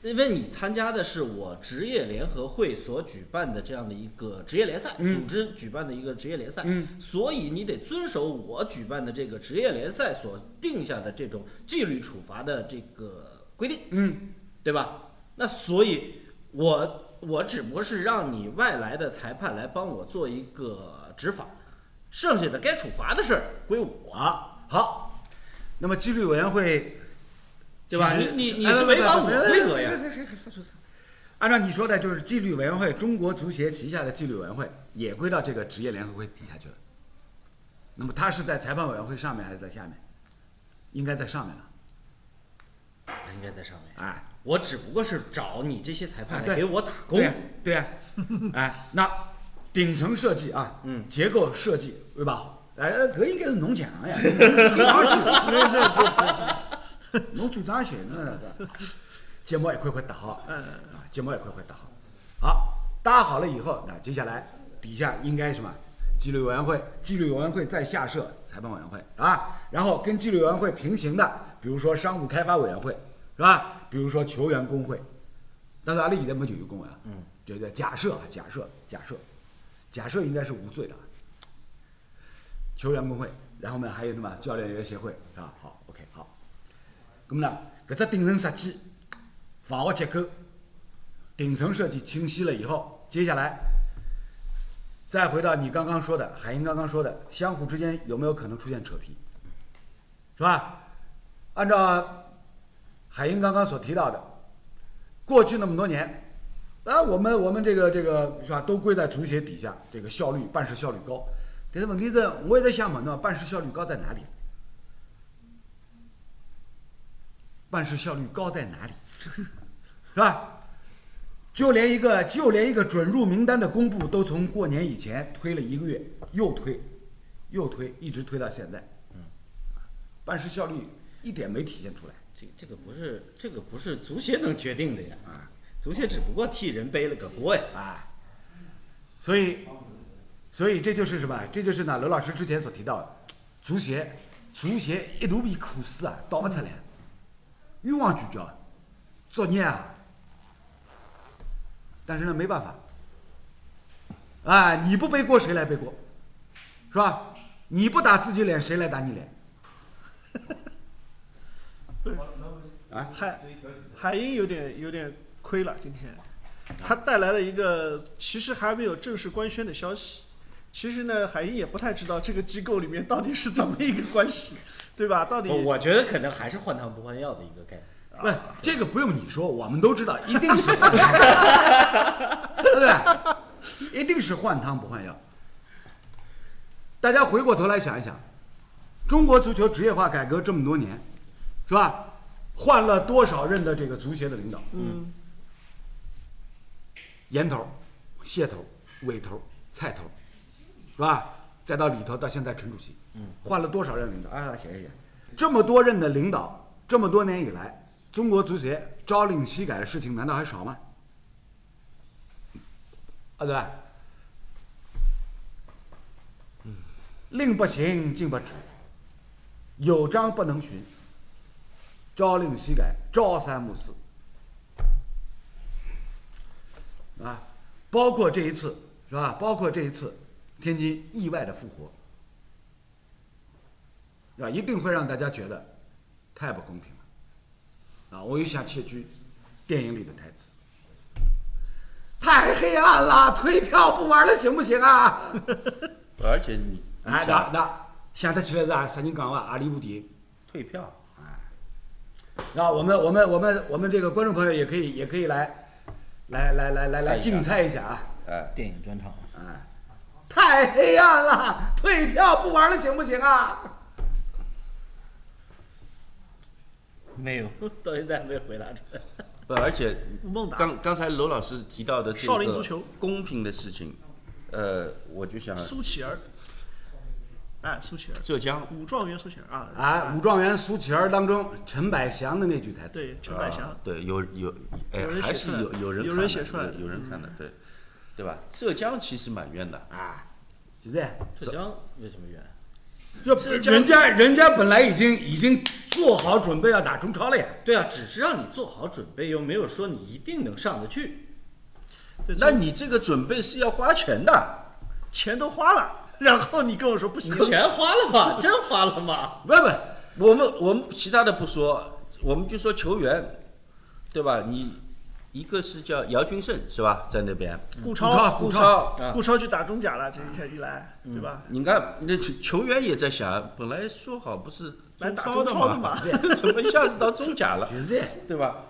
[SPEAKER 4] 因为你参加的是我职业联合会所举办的这样的一个职业联赛，
[SPEAKER 1] 嗯
[SPEAKER 4] 组织举办的一个职业联赛，
[SPEAKER 1] 嗯
[SPEAKER 4] 所以你得遵守我举办的这个职业联赛所定下的这种纪律处罚的这个规定，
[SPEAKER 1] 嗯，
[SPEAKER 4] 对吧？那所以我我只不过是让你外来的裁判来帮我做一个执法，剩下的该处罚的事儿归我，
[SPEAKER 1] 好，那么纪律委员会，
[SPEAKER 4] 对吧？
[SPEAKER 1] 其
[SPEAKER 4] 你
[SPEAKER 1] 实
[SPEAKER 4] 你你
[SPEAKER 1] 哎
[SPEAKER 4] 是违反我
[SPEAKER 1] 不不不
[SPEAKER 4] 规则呀
[SPEAKER 1] 哎哎！哎哎哎哎按照你说的，就是纪律委员会，中国足协旗下的纪律委员会也归到这个职业联合会底下去了。那么它是在裁判委员会上面还是在下面？应该在上面了。
[SPEAKER 4] 那应该在上面。
[SPEAKER 1] 哎，
[SPEAKER 4] 我只不过是找你这些裁
[SPEAKER 1] 啊
[SPEAKER 4] 判
[SPEAKER 1] 对
[SPEAKER 4] 来给我打工
[SPEAKER 1] 对。呀对呀，哎，那顶层设计啊，
[SPEAKER 4] 嗯，
[SPEAKER 1] 结构设计对吧？哎，搿应该是侬强呀，侬上去，没事是是是，侬主张选那个，节目一块块打好，
[SPEAKER 3] 嗯
[SPEAKER 1] 啊，节目一块块打好，好，搭好了以后，那接下来底下应该什么？纪律委员会，纪律委员会再下设裁判委员会啊，然后跟纪律委员会平行的，比如说商务开发委员会是吧？比如说球员工会，但是阿拉现在没球员工会啊，
[SPEAKER 4] 嗯，
[SPEAKER 1] 这个假设啊，假设假设，假设应该是无罪的啊，球员工会，然后呢还有什么教练员协会是吧？好，OK 好，那么呢，搿只顶层设计、房屋结构、顶层设计清晰了以后，接下来再回到你刚刚说的，海英刚刚说的，相互之间有没有可能出现扯皮，是吧？按照海英刚刚所提到的，过去那么多年，啊，我们我们这个这个是吧，都归在足协底下，这个效率办事效率高。但是问题是，我也在想问呢，办事效率高在哪里？办事效率高在哪里？ 是吧？就连一个就连一个准入名单的公布都从过年以前推了一个月，又推，又推，一直推到现在。嗯，办事效率一点没体现出来。
[SPEAKER 4] 这这个不是这个不是足协能决定的呀，啊足协只不过替人背了个锅呀。
[SPEAKER 1] 啊，所以，所以这就是什么？这就是呢，刘老师之前所提到的，足协，足协一大片苦水啊，倒不出来，冤枉聚焦，作孽啊！但是呢，没办法，啊，你不背锅谁来背锅？是吧？你不打自己脸，谁来打你脸？
[SPEAKER 3] 海海鹰有点有点亏了，今天他带来了一个呃其实还没有正式官宣的消息。其实呢，海鹰也不太知道这个机构里面到底是怎么一个关系，对吧？到底
[SPEAKER 4] 我我觉得可能还是换汤不换药的一个概念。
[SPEAKER 1] 不，这个不用你说，我们都知道，一定是，对不对？一定是换汤不换药。大家回过头来想一想，中国足球职业化改革这么多年，是吧？换了多少任的这个足协的领导？
[SPEAKER 3] 嗯，
[SPEAKER 1] 盐头、蟹头、尾头、菜头，是吧？再到里头，到现在陈主席，嗯，换了多少任领导？啊，写一写，这么多任的领导，这么多年以来，中国足协朝令夕改的事情难道还少吗？啊，对吧？嗯令不行，禁不止，有章不能循，朝令夕改，朝三暮四。啊，包括这一次是吧？包括这一次天津意外的复活，啊，一定会让大家觉得太不公平了。啊，我又想起一句电影里的台词：“太黑暗了，退票不玩了，行不行啊
[SPEAKER 2] 而且你？”你
[SPEAKER 1] 哎，那
[SPEAKER 2] 想
[SPEAKER 1] 那想得起来是啊，啥人讲哇？阿里部电影？
[SPEAKER 2] 退票，
[SPEAKER 1] 那我们我们我们我们这个观众朋友也可以也可以来来来来来来
[SPEAKER 2] 猜
[SPEAKER 1] 竞猜一
[SPEAKER 2] 一下
[SPEAKER 1] 下啊。
[SPEAKER 2] 哎，
[SPEAKER 4] 电影专场，
[SPEAKER 1] 哎，太黑暗了，退票不玩了，行不行啊？
[SPEAKER 4] 没有，哎到现在还没有回答出来。
[SPEAKER 2] 不，而且
[SPEAKER 3] 吴孟达
[SPEAKER 2] 刚刚才罗老师提到的这个
[SPEAKER 3] 少林足球
[SPEAKER 2] 公平的事情，呃，我就想
[SPEAKER 3] 苏乞儿，哎，苏乞儿，
[SPEAKER 2] 浙江
[SPEAKER 3] 武状元苏乞儿啊，
[SPEAKER 1] 啊，武状元苏乞儿当中陈百祥的那句台词，
[SPEAKER 3] 对，陈百祥
[SPEAKER 2] 啊，对，有有，哎
[SPEAKER 3] 有人，
[SPEAKER 2] 还
[SPEAKER 3] 写
[SPEAKER 2] 是
[SPEAKER 3] 出来
[SPEAKER 2] 有有人
[SPEAKER 3] 有
[SPEAKER 2] 看
[SPEAKER 3] 人
[SPEAKER 2] 的
[SPEAKER 3] 写出来嗯
[SPEAKER 2] 有有人看的，对，对吧？浙江其实蛮冤的，
[SPEAKER 1] 啊，就这样。
[SPEAKER 4] 浙江为什么冤？
[SPEAKER 1] 就
[SPEAKER 4] 浙江
[SPEAKER 1] 人家人家本来已经已经做好准备要打中超了呀，
[SPEAKER 4] 对啊，只是让你做好准备，又没有说你一定能上 得去。
[SPEAKER 3] 对，
[SPEAKER 2] 那你这个准备是要花钱的，
[SPEAKER 3] 钱都花了，然后你跟我说不
[SPEAKER 4] 你
[SPEAKER 3] 行，
[SPEAKER 4] 钱花了吗？真花了吗？
[SPEAKER 2] 不不，我们我们其他的不说，我们就说球员，对吧？你一个是叫姚军胜是吧，在那边，
[SPEAKER 1] 啊
[SPEAKER 3] 顾
[SPEAKER 1] 超
[SPEAKER 3] 超，
[SPEAKER 1] 顾
[SPEAKER 3] 顾
[SPEAKER 1] 超
[SPEAKER 4] 啊
[SPEAKER 3] 顾超去打中甲了，这一
[SPEAKER 1] 啊
[SPEAKER 3] 下一来，
[SPEAKER 1] 嗯
[SPEAKER 3] 对吧？
[SPEAKER 2] 你看那球球员也在想，本来说好不是
[SPEAKER 3] 来
[SPEAKER 2] 中
[SPEAKER 3] 打
[SPEAKER 2] 超
[SPEAKER 3] 中
[SPEAKER 2] 的
[SPEAKER 3] 超的
[SPEAKER 2] 嘛，
[SPEAKER 3] 嘛，
[SPEAKER 2] 怎么一下子到中甲了，
[SPEAKER 1] 现在
[SPEAKER 2] 对吧？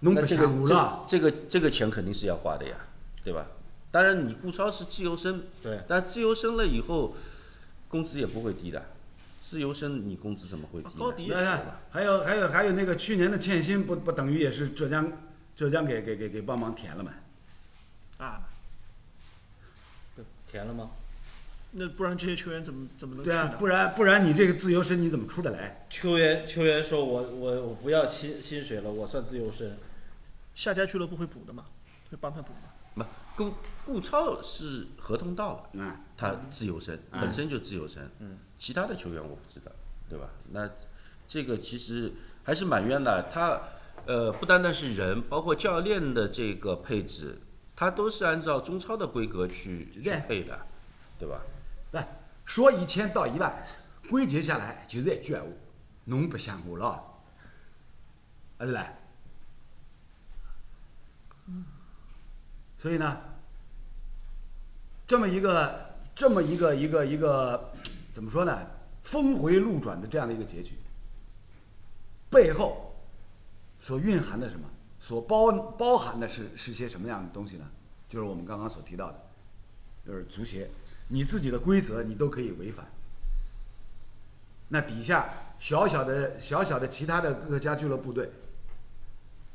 [SPEAKER 1] 侬
[SPEAKER 2] 那
[SPEAKER 1] 白
[SPEAKER 2] 这个
[SPEAKER 1] 相我
[SPEAKER 2] 这
[SPEAKER 1] 了，
[SPEAKER 2] 这个这个钱肯定是要花的呀，对吧？当然你顾超是自由身，
[SPEAKER 4] 对，
[SPEAKER 2] 但自由身了以后，工资也不会低的。自由身你工资怎么会低呢？
[SPEAKER 3] 啊高迪也
[SPEAKER 1] 哎呀还有还有还有那个去年的欠薪不不等于也是浙江浙江给给给给帮忙填了嘛？
[SPEAKER 3] 啊，
[SPEAKER 4] 填了吗？
[SPEAKER 3] 那不然这些球员怎么怎么能去
[SPEAKER 1] 对啊
[SPEAKER 3] 呢，？
[SPEAKER 1] 不然不然你这个自由身你怎么出得来？
[SPEAKER 4] 球员球员说我我我不要薪薪水了，我算自由身。
[SPEAKER 3] 下家俱乐部会补的嘛，会帮他补嘛。
[SPEAKER 2] 不，顾顾超是合同到了，
[SPEAKER 1] 啊，
[SPEAKER 2] 他自由身，
[SPEAKER 1] 嗯
[SPEAKER 2] 本身就自由身。嗯，其他的球员我不知道，对吧？那这个其实还是蛮冤的。他呃，不单单是人，包括教练的这个配置，他都是按照中超的规格去去
[SPEAKER 1] 对
[SPEAKER 2] 配的，对吧？
[SPEAKER 1] 来哎说一千道一万，归结下来就是一句闲话，侬白相我了，还是来？所以呢，这么一个这么一个一个一个怎么说呢？峰回路转的这样的一个结局，背后所蕴含的什么？所包包含的是是些什么样的东西呢？就是我们刚刚所提到的，就是足协，你自己的规则你都可以违反，那底下小小的小小的其他的各家俱乐部队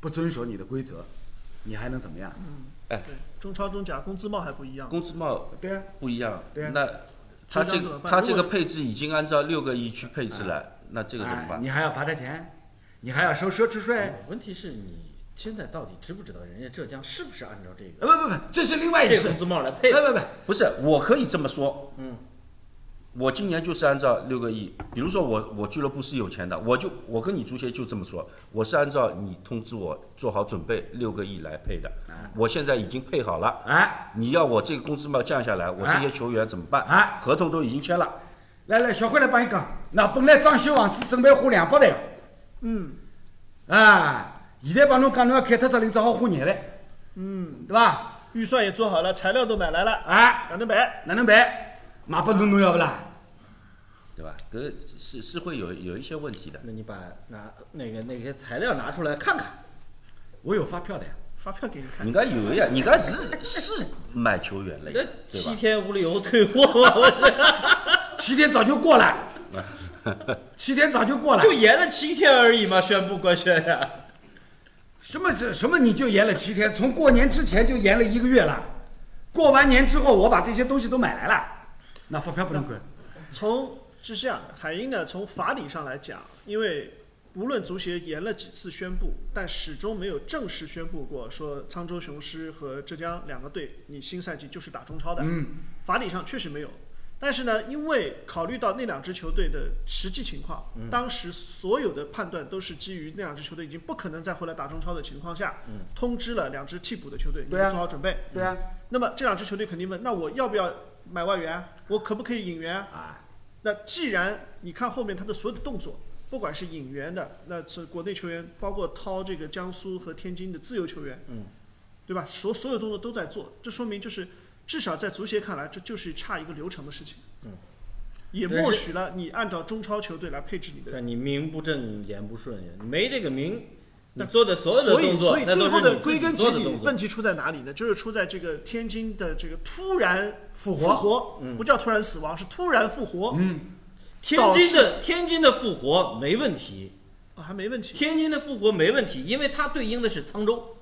[SPEAKER 1] 不遵守你的规则，你还能怎么样？哎
[SPEAKER 3] 对，中超、中甲工资帽还不一样。
[SPEAKER 2] 工资帽
[SPEAKER 1] 对啊，
[SPEAKER 2] 不一样，
[SPEAKER 1] 对啊
[SPEAKER 2] 那他
[SPEAKER 3] 这
[SPEAKER 2] 这
[SPEAKER 3] 样怎么
[SPEAKER 2] 个
[SPEAKER 3] 办
[SPEAKER 2] 他
[SPEAKER 3] 如
[SPEAKER 2] 这
[SPEAKER 3] 果
[SPEAKER 2] 个配置已经按照六个亿去配置了，那这个怎么
[SPEAKER 1] 哎
[SPEAKER 2] 办？
[SPEAKER 1] 你还要罚他钱，你还要收奢侈税。
[SPEAKER 4] 问题是你现在到底知不知道人家浙江是不是按照这个
[SPEAKER 1] 呃，不不不，这是另外一
[SPEAKER 4] 嗯这
[SPEAKER 1] 事
[SPEAKER 4] 个。工资帽来配
[SPEAKER 1] 哎
[SPEAKER 4] 的？
[SPEAKER 1] 不不，
[SPEAKER 2] 不是，我可以这么说，
[SPEAKER 4] 嗯，
[SPEAKER 2] 我今年就是按照六个亿，比如说我我俱乐部是有钱的，我就我跟你足协就这么说，我是按照你通知我做好准备六个亿来配的，
[SPEAKER 4] 啊
[SPEAKER 2] 我现在已经配好了，
[SPEAKER 1] 哎，
[SPEAKER 2] 你要我这个工资帽降下来，我这
[SPEAKER 4] 啊
[SPEAKER 1] 哎
[SPEAKER 2] 些球员怎么办？
[SPEAKER 1] 哎
[SPEAKER 2] 合同都已经签了，
[SPEAKER 1] 来来，小辉来帮你讲。那本来装修房子准备花两百万的，
[SPEAKER 3] 嗯
[SPEAKER 1] 啊，现在帮侬讲侬要开脱这里，只好花廿万，
[SPEAKER 3] 嗯，
[SPEAKER 1] 对吧？
[SPEAKER 3] 预算也做好了，材料都买来了，
[SPEAKER 1] 哎，
[SPEAKER 3] 两能买。
[SPEAKER 1] 哪能办？买拨侬侬要不啦？
[SPEAKER 2] 对吧？可是是是会有有一些问题的，
[SPEAKER 4] 那你把拿那个那些材料拿出来看看，
[SPEAKER 1] 我有发票的呀。
[SPEAKER 3] 发票给你看。
[SPEAKER 2] 人家有呀，人家是是买球员了呀，
[SPEAKER 4] 那
[SPEAKER 2] 对
[SPEAKER 4] 七
[SPEAKER 2] 吧？
[SPEAKER 4] 天无理由退货， 我。
[SPEAKER 1] 七天早就过了，七天早就过了
[SPEAKER 4] 就延了七天而已嘛，宣布官宣啊呀。
[SPEAKER 1] 什么这什么你就延了七天？从过年之前就延了一个月了，过完年之后我把这些东西都买来了，那发票不能滚。
[SPEAKER 3] 从是这样的，海鹰呢，从法理上来讲，因为无论足协延了几次宣布，但始终没有正式宣布过说沧州雄狮和浙江两个队，你新赛季就是打中超的。
[SPEAKER 1] 嗯，
[SPEAKER 3] 法理上确实没有。但是呢，因为考虑到那两支球队的实际情况，
[SPEAKER 1] 嗯
[SPEAKER 3] 当时所有的判断都是基于那两支球队已经不可能再回来打中超的情况下，通知了两支替补的球队，你
[SPEAKER 1] 嗯对啊
[SPEAKER 3] 们做好准备。
[SPEAKER 1] 对啊，
[SPEAKER 3] 那么这两支球队肯定问：那我要不要买外援？啊我可不可以引援？
[SPEAKER 1] 啊，
[SPEAKER 3] 那既然你看后面他的所有的动作，不管是引援的，那是国内球员，包括掏这个江苏和天津的自由球员，
[SPEAKER 4] 嗯，
[SPEAKER 3] 对吧？所所有动作都在做，这说明就是至少在足协看来，这就是差一个流程的事情，
[SPEAKER 4] 嗯，
[SPEAKER 3] 也
[SPEAKER 4] 但是
[SPEAKER 3] 默许了你按照中超球队来配置你的人。
[SPEAKER 4] 但你名不正言不顺呀，你没这个名，你做的所有的
[SPEAKER 3] 所以，
[SPEAKER 4] 动作
[SPEAKER 3] 所以，
[SPEAKER 4] 那
[SPEAKER 3] 最
[SPEAKER 4] 都
[SPEAKER 3] 后
[SPEAKER 4] 是
[SPEAKER 3] 的
[SPEAKER 4] 你自
[SPEAKER 3] 归
[SPEAKER 4] 己
[SPEAKER 3] 根
[SPEAKER 4] 做
[SPEAKER 3] 结
[SPEAKER 4] 的
[SPEAKER 3] 底，
[SPEAKER 4] 动作
[SPEAKER 3] 问。题出在哪里呢？就是出在这个天津的这个突然
[SPEAKER 1] 复活
[SPEAKER 3] 活，不
[SPEAKER 4] 嗯
[SPEAKER 3] 叫突然死亡，是突然复活。嗯，
[SPEAKER 4] 天津的天津的复活没问题，
[SPEAKER 3] 啊，还没问题。
[SPEAKER 4] 天津的复活没问题，因为它对应的是沧州。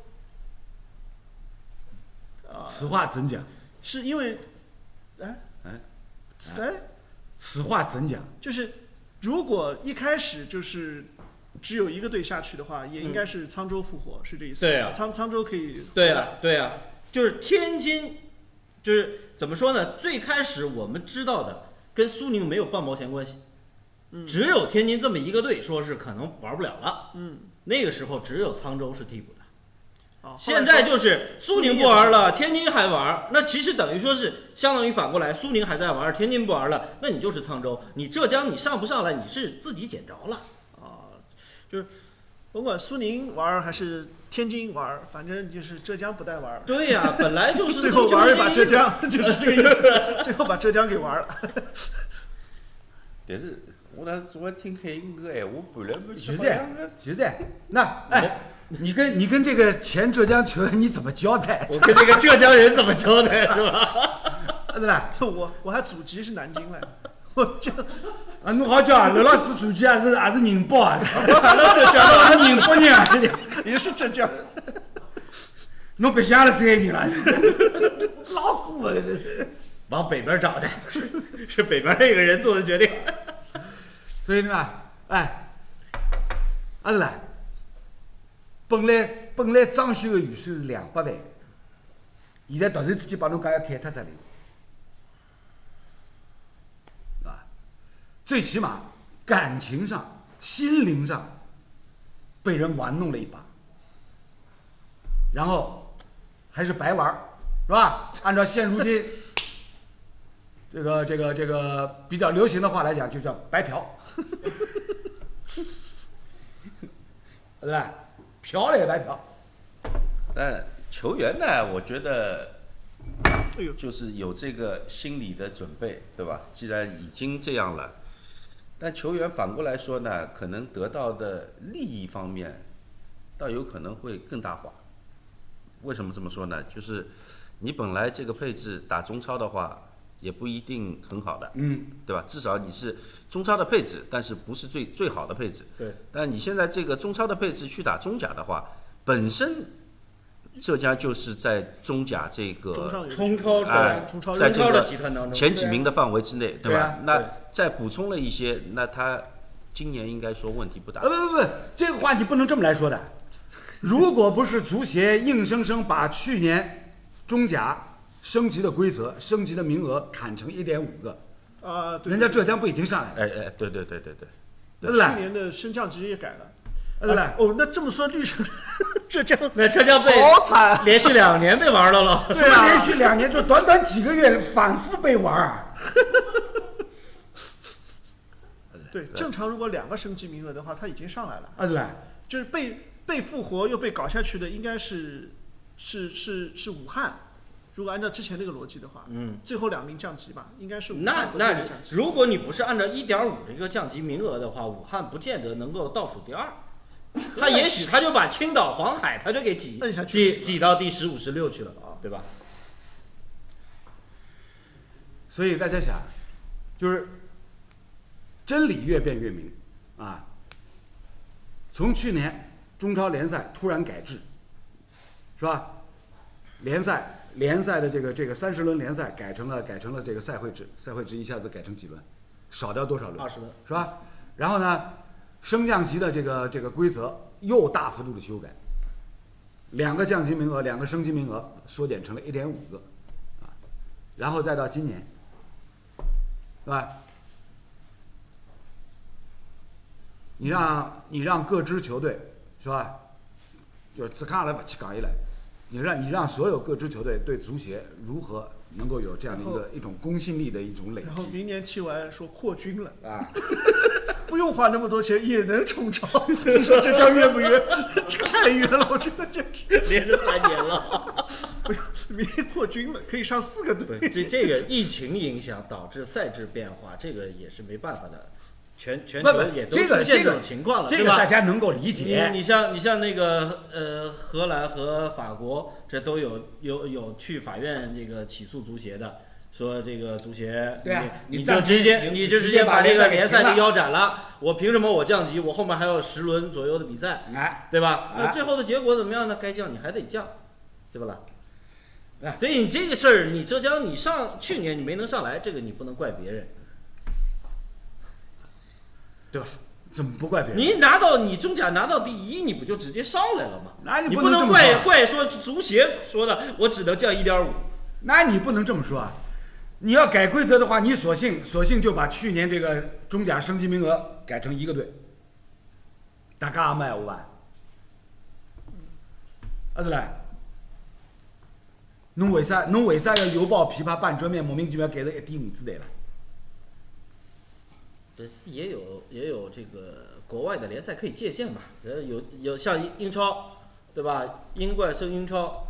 [SPEAKER 1] 此话怎讲？
[SPEAKER 3] 是因为，哎，
[SPEAKER 2] 哎，
[SPEAKER 3] 哎，
[SPEAKER 1] 此话怎讲？
[SPEAKER 3] 就是如果一开始就是只有一个队下去的话，也应该是沧州复活，是这意思吧。
[SPEAKER 4] 嗯对啊
[SPEAKER 3] 沧沧州可以。
[SPEAKER 4] 对啊呀、对
[SPEAKER 3] 啊
[SPEAKER 4] 呀、就是天津，就是怎么说呢？最开始我们知道的跟苏宁没有半毛钱关系，
[SPEAKER 3] 嗯
[SPEAKER 4] 只有天津这么一个队，说是可能玩不了了。
[SPEAKER 3] 嗯，
[SPEAKER 4] 那个时候只有沧州是替补的，
[SPEAKER 3] 啊，
[SPEAKER 4] 现在
[SPEAKER 3] 就
[SPEAKER 4] 就是苏宁不玩了，天津还玩，那其实等于说是相当于反过来，苏宁还在玩，天津不玩了，那你就是沧州，你浙江你上不上来你是自己捡着了。
[SPEAKER 3] 啊，就是甭管苏宁玩儿还是天津玩儿，反正就是浙江不带玩儿。
[SPEAKER 4] 对 呀、本来就是
[SPEAKER 3] 最后玩儿一把浙，
[SPEAKER 4] 就是
[SPEAKER 3] 江， 就是这个意思。最后把浙江给玩儿了。
[SPEAKER 2] 但是我那昨晚听海英哥哎，我本来不
[SPEAKER 1] 现
[SPEAKER 2] 去，
[SPEAKER 1] 在现在那哎，你跟你跟这个前浙江球员你怎么交代？
[SPEAKER 4] 我跟这个浙江人怎么交代是吧？
[SPEAKER 1] 对吧？
[SPEAKER 3] 我我还祖籍是南京嘞，我这
[SPEAKER 1] 啊，侬好讲啊，刘老师祖籍还是还是宁波 啊，
[SPEAKER 3] 完了浙江，
[SPEAKER 1] 还是宁波人 啊，
[SPEAKER 3] 也是浙江。
[SPEAKER 1] 侬别想了三个人了，老古了。
[SPEAKER 4] 往北边找的， 是北边那个人做的决定。
[SPEAKER 1] 所以嘛，哎，啊是啦，本来本来装修的预算是两百万，现在突然之间帮侬讲要砍脱只零，是吧？最起码感情上、心灵上被人玩弄了一把，然后还是白玩儿，是吧？按照现如今 这个这个这个比较流行的话来讲，就叫白嫖，对吧？嫖了也白嫖，
[SPEAKER 2] 但球员呢，我觉得
[SPEAKER 3] 哎呦，
[SPEAKER 2] 就是有这个心理的准备，对吧？既然已经这样了，但球员反过来说呢，可能得到的利益方面，倒有可能会更大化。为什么这么说呢？就是你本来这个配置打中超的话，也不一定很好的，
[SPEAKER 1] 嗯，
[SPEAKER 2] 对吧？至少你是中超的配置，但是不是最最好的配置。
[SPEAKER 4] 对，
[SPEAKER 2] 但你现在这个中超的配置去打中甲的话，本身浙江就是在中甲这个
[SPEAKER 3] 中上游
[SPEAKER 4] 冲超
[SPEAKER 2] 哎
[SPEAKER 3] 对，冲超
[SPEAKER 2] 在
[SPEAKER 4] 中
[SPEAKER 2] 这
[SPEAKER 4] 超
[SPEAKER 2] 个
[SPEAKER 4] 的集团当中，
[SPEAKER 2] 前几名的范围之内，
[SPEAKER 1] 啊对
[SPEAKER 2] 对
[SPEAKER 1] 啊
[SPEAKER 2] 吧？
[SPEAKER 4] 对
[SPEAKER 2] 那再补充了一些，那他今年应该说问题不大
[SPEAKER 1] 呃，。不不不，这个话你不能这么来说的。如果不是足协硬生生把去年中甲升级的规则、升级的名额砍成一点五个，
[SPEAKER 3] 啊，对
[SPEAKER 1] 人家浙江不已经上来了？
[SPEAKER 2] 哎哎，对对对对对，
[SPEAKER 1] 对吧
[SPEAKER 3] 去年的升降级也改了。
[SPEAKER 1] 对吧
[SPEAKER 3] 啊哦，那这么说，绿城 浙江
[SPEAKER 4] 那浙江被
[SPEAKER 3] 好惨啊。
[SPEAKER 4] 连续两年被玩到了。
[SPEAKER 1] 对啊，连续两年就短短几个月反复被玩儿，啊
[SPEAKER 3] 对，正常如果两个升级名额的话，他已经上来了。
[SPEAKER 1] 啊是吧？
[SPEAKER 3] 就是被被复活又被搞下去的，应该是是是是武汉。如果按照之前那个逻辑的话，
[SPEAKER 4] 嗯，
[SPEAKER 3] 最后两名降级吧，应该是武汉
[SPEAKER 4] 那
[SPEAKER 3] 和六
[SPEAKER 4] 那
[SPEAKER 3] 名降级。
[SPEAKER 4] 如果你不是按照一点五这个降级名额的话，武汉不见得能够倒数第二。他也许他就把青岛、黄海，他就给挤
[SPEAKER 3] 摁下去
[SPEAKER 4] 挤挤到第十五、十六去了，
[SPEAKER 1] 啊
[SPEAKER 4] 对吧？
[SPEAKER 1] 所以大家想，就是真理越辩越明啊。从去年中超联赛突然改制，是吧？联赛联赛的这个这个三十轮联赛改成了改成了这个赛会制，赛会制一下子改成几轮，少掉多少轮？
[SPEAKER 4] 20轮，
[SPEAKER 1] 是吧？然后呢，升降级的这个这个规则又大幅度的修改，两个降级名额，两个升级名额缩减成了一点五个，啊，然后再到今年，是吧？你让你让各支球队是吧？就是自卡来把去讲一来，你让你让所有各支球队对足协如何能够有这样的一
[SPEAKER 3] 然
[SPEAKER 1] 个一种公信力的一种累
[SPEAKER 3] 然后
[SPEAKER 1] 积
[SPEAKER 3] 明年踢完说扩军了，
[SPEAKER 1] 啊。
[SPEAKER 3] 不用花那么多钱也能冲超，你说浙江冤不冤？ 这个太冤了，我觉得这是
[SPEAKER 4] 连着三年了。
[SPEAKER 3] 不用明年扩军了，可以上四个队。
[SPEAKER 4] 这这个疫情影响导致赛制变化，这个也是没办法的，全全
[SPEAKER 1] 不
[SPEAKER 4] 球
[SPEAKER 1] 不，
[SPEAKER 4] 也都
[SPEAKER 1] 这
[SPEAKER 4] 出
[SPEAKER 1] 个
[SPEAKER 4] 现
[SPEAKER 1] 这
[SPEAKER 4] 这
[SPEAKER 1] 个
[SPEAKER 4] 种情况了，
[SPEAKER 1] 这
[SPEAKER 4] 对
[SPEAKER 1] 个大
[SPEAKER 4] 吧？
[SPEAKER 1] 家能够理解。
[SPEAKER 4] 你你像你像那个呃荷兰和法国，这都有有有去法院这个起诉足协的，说这个足协
[SPEAKER 1] 对啊
[SPEAKER 4] 你
[SPEAKER 1] 你
[SPEAKER 4] 就
[SPEAKER 1] 暂
[SPEAKER 4] 直接
[SPEAKER 1] 你
[SPEAKER 4] 就
[SPEAKER 1] 直
[SPEAKER 4] 直
[SPEAKER 1] 接
[SPEAKER 4] 接
[SPEAKER 1] 把
[SPEAKER 4] 把这
[SPEAKER 1] 联赛
[SPEAKER 4] 个
[SPEAKER 1] 给
[SPEAKER 4] 联
[SPEAKER 1] 停
[SPEAKER 4] 赛
[SPEAKER 1] 了
[SPEAKER 4] 给腰斩了，我凭什么我降级？我后面还有十轮左右的比赛，
[SPEAKER 1] 哎，
[SPEAKER 4] 对吧？那
[SPEAKER 1] 啊
[SPEAKER 4] 最后的结果怎么样呢？该降你还得降，对不啦
[SPEAKER 1] 哎？
[SPEAKER 4] 所以你这个事儿，你浙江你上去年你没能上来，这个你不能怪别
[SPEAKER 1] 啊
[SPEAKER 4] 人。
[SPEAKER 1] 对吧？怎么不怪别人？
[SPEAKER 4] 你拿到你中甲拿到第一，你不就直接上来了吗？
[SPEAKER 1] 那
[SPEAKER 4] 你
[SPEAKER 1] 不
[SPEAKER 4] 不
[SPEAKER 1] 这
[SPEAKER 4] 能
[SPEAKER 1] 么说
[SPEAKER 4] 怪
[SPEAKER 1] 啊，
[SPEAKER 4] 怪说足协说的，我只能降一点五。
[SPEAKER 1] 那你不能这么说啊！你要改规则的话，你索性索性就把去年这个中甲升级名额改成一个队，大家也卖五万，啊对嘞。侬为啥侬为啥要邮报琵琶半遮面，莫名其妙改成一点五子弹了？
[SPEAKER 4] 这也有也有这个国外的联赛可以借鉴吧？呃，有有像英英超，对吧？英冠升英超，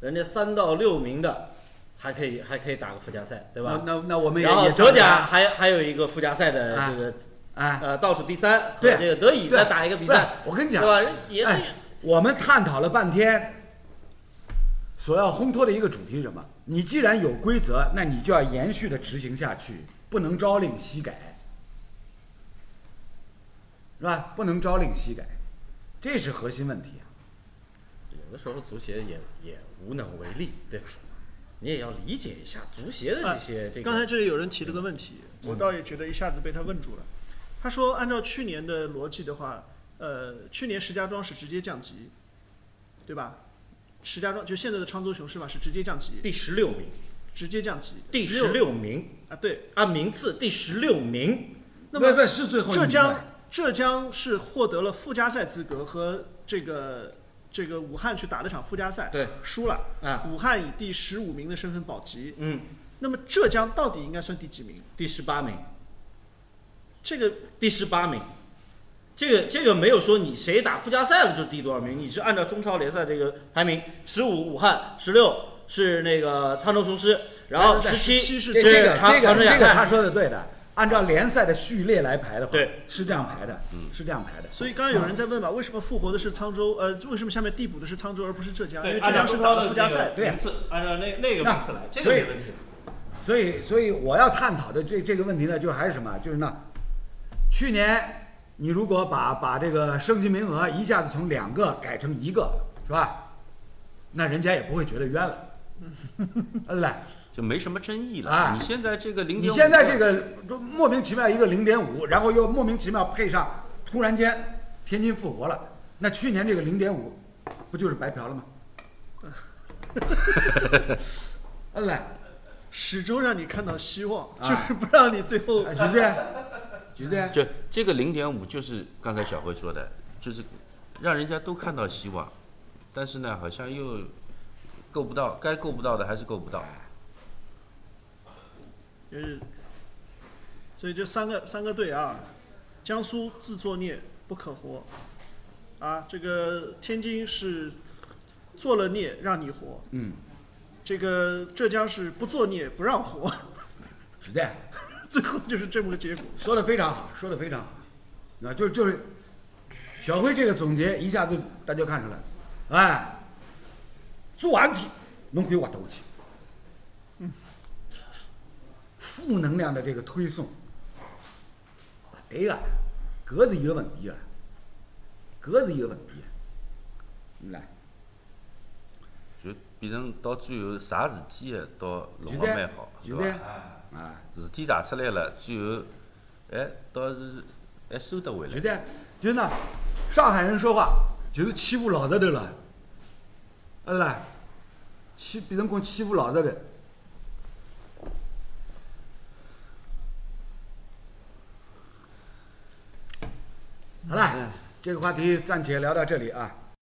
[SPEAKER 4] 人家三到六名的还可以还可以打个附加赛，对吧？
[SPEAKER 1] 那那那我们也
[SPEAKER 4] 然后
[SPEAKER 1] 也
[SPEAKER 4] 德甲还还有一个附加赛的
[SPEAKER 1] 啊
[SPEAKER 4] 这个
[SPEAKER 1] 啊，
[SPEAKER 4] 呃倒数第三，
[SPEAKER 1] 对
[SPEAKER 4] 这个德乙再
[SPEAKER 1] 对
[SPEAKER 4] 打一个比
[SPEAKER 1] 不是
[SPEAKER 4] 赛，
[SPEAKER 1] 我跟你
[SPEAKER 4] 对
[SPEAKER 1] 讲，
[SPEAKER 4] 吧？人也是
[SPEAKER 1] 哎我们探讨了半天，所要烘托的一个主题是什么？你既然有规则，那你就要延续的执行下去，不能朝令夕改，是吧？不能朝令夕改，这是核心问题啊。
[SPEAKER 4] 有的时候足协也也无能为力，对吧？你也要理解一下足协
[SPEAKER 1] 呃
[SPEAKER 4] 的这些、这个。
[SPEAKER 3] 刚才这里有人提了个问题，嗯我倒也觉得一下子被他问住了。他说，按照去年的逻辑的话，呃，去年石家庄是直接降级，对吧？石家庄就现在的昌州雄狮嘛，是直接降级，
[SPEAKER 4] 第十六名，
[SPEAKER 3] 直接降级，
[SPEAKER 4] 第十六名，
[SPEAKER 3] 啊，对。
[SPEAKER 4] 按名次第十六名，
[SPEAKER 3] 那么
[SPEAKER 1] 不是最后一
[SPEAKER 3] 浙
[SPEAKER 1] 名
[SPEAKER 3] 江
[SPEAKER 1] 吧
[SPEAKER 3] 浙江是获得了附加赛资格和这个这个武汉去打了场附加赛，
[SPEAKER 4] 对，
[SPEAKER 3] 输了，
[SPEAKER 4] 啊，
[SPEAKER 3] 武汉以第十五名的身份保级。
[SPEAKER 4] 嗯，
[SPEAKER 3] 那么浙江到底应该算第几名？
[SPEAKER 4] 第十八名，
[SPEAKER 3] 这个
[SPEAKER 4] 第十八名，这个这个没有说你谁打附加赛了就第多少名，你是按照中超联赛这个排名，十五武汉，十六是那个沧州雄狮，然后
[SPEAKER 1] 哎对
[SPEAKER 4] 十
[SPEAKER 1] 对
[SPEAKER 3] 17
[SPEAKER 4] 七是
[SPEAKER 1] 这这个
[SPEAKER 4] 长
[SPEAKER 1] 这
[SPEAKER 4] 长
[SPEAKER 1] 个
[SPEAKER 4] 春
[SPEAKER 1] 这
[SPEAKER 4] 亚
[SPEAKER 1] 个他
[SPEAKER 4] 泰，
[SPEAKER 1] 说的对的，按照联赛的序列来排的话，
[SPEAKER 4] 对，
[SPEAKER 1] 是这样排的，是这样排的。
[SPEAKER 3] 所以刚刚有人在问吧，为什么复活的是沧州？呃，为什么下面递补的是沧州而不是浙江？因为浙江是打了附加赛。
[SPEAKER 1] 对
[SPEAKER 4] 名次，按照那那个
[SPEAKER 1] 那
[SPEAKER 4] 名次来，这个
[SPEAKER 1] 所以
[SPEAKER 4] 没问题。
[SPEAKER 1] 所以，所以我要探讨的这这个问题呢，就还是什么，就是呢，去年你如果把把这个升级名额一下子从两个改成一个，是吧？那人家也不会觉得冤了， 对不对？
[SPEAKER 2] 就没什么争议了。
[SPEAKER 1] 哎
[SPEAKER 2] 你现在这个零
[SPEAKER 1] 你
[SPEAKER 2] 点，
[SPEAKER 1] 现在这个就莫名其妙一个零点五，然后又莫名其妙配上，突然间天津复活了，那去年这个零点五，不就是白嫖了吗？ 对不哎对？
[SPEAKER 3] 始终让你看到希望，
[SPEAKER 1] 啊
[SPEAKER 3] 就是不让你最后
[SPEAKER 1] 哎，举对，举对。
[SPEAKER 2] 就这个零点五，就是刚才小辉说的，就是让人家都看到希望，但是呢，好像又够不到，该够不到的还是够不到。
[SPEAKER 3] 就是，所以这三个三个队啊，江苏自作孽不可活，啊，这个天津是做了孽让你活，
[SPEAKER 1] 嗯，
[SPEAKER 3] 这个浙江是不做孽不让活，
[SPEAKER 1] 是的，
[SPEAKER 3] 最后就是这么个结果。
[SPEAKER 1] 说的非常好，说的非常好，那就就是小辉这个总结一下就大家看出来了，哎，做完题能回我头去，负能量的这个推送，这个格子一个问题啊，格子一个问题啊，来，
[SPEAKER 2] 就变成到最后啥事体也到弄好蛮好，是
[SPEAKER 1] 就
[SPEAKER 2] 吧哎
[SPEAKER 1] 这？啊。
[SPEAKER 2] 事体查出来了，最后，哎，倒是还收得回
[SPEAKER 1] 绝
[SPEAKER 2] 来。
[SPEAKER 1] 对，真的，上海人说话就是欺负老实头了，哎啦，欺别人讲欺负老实头，好了，这个话题暂且聊到这里啊。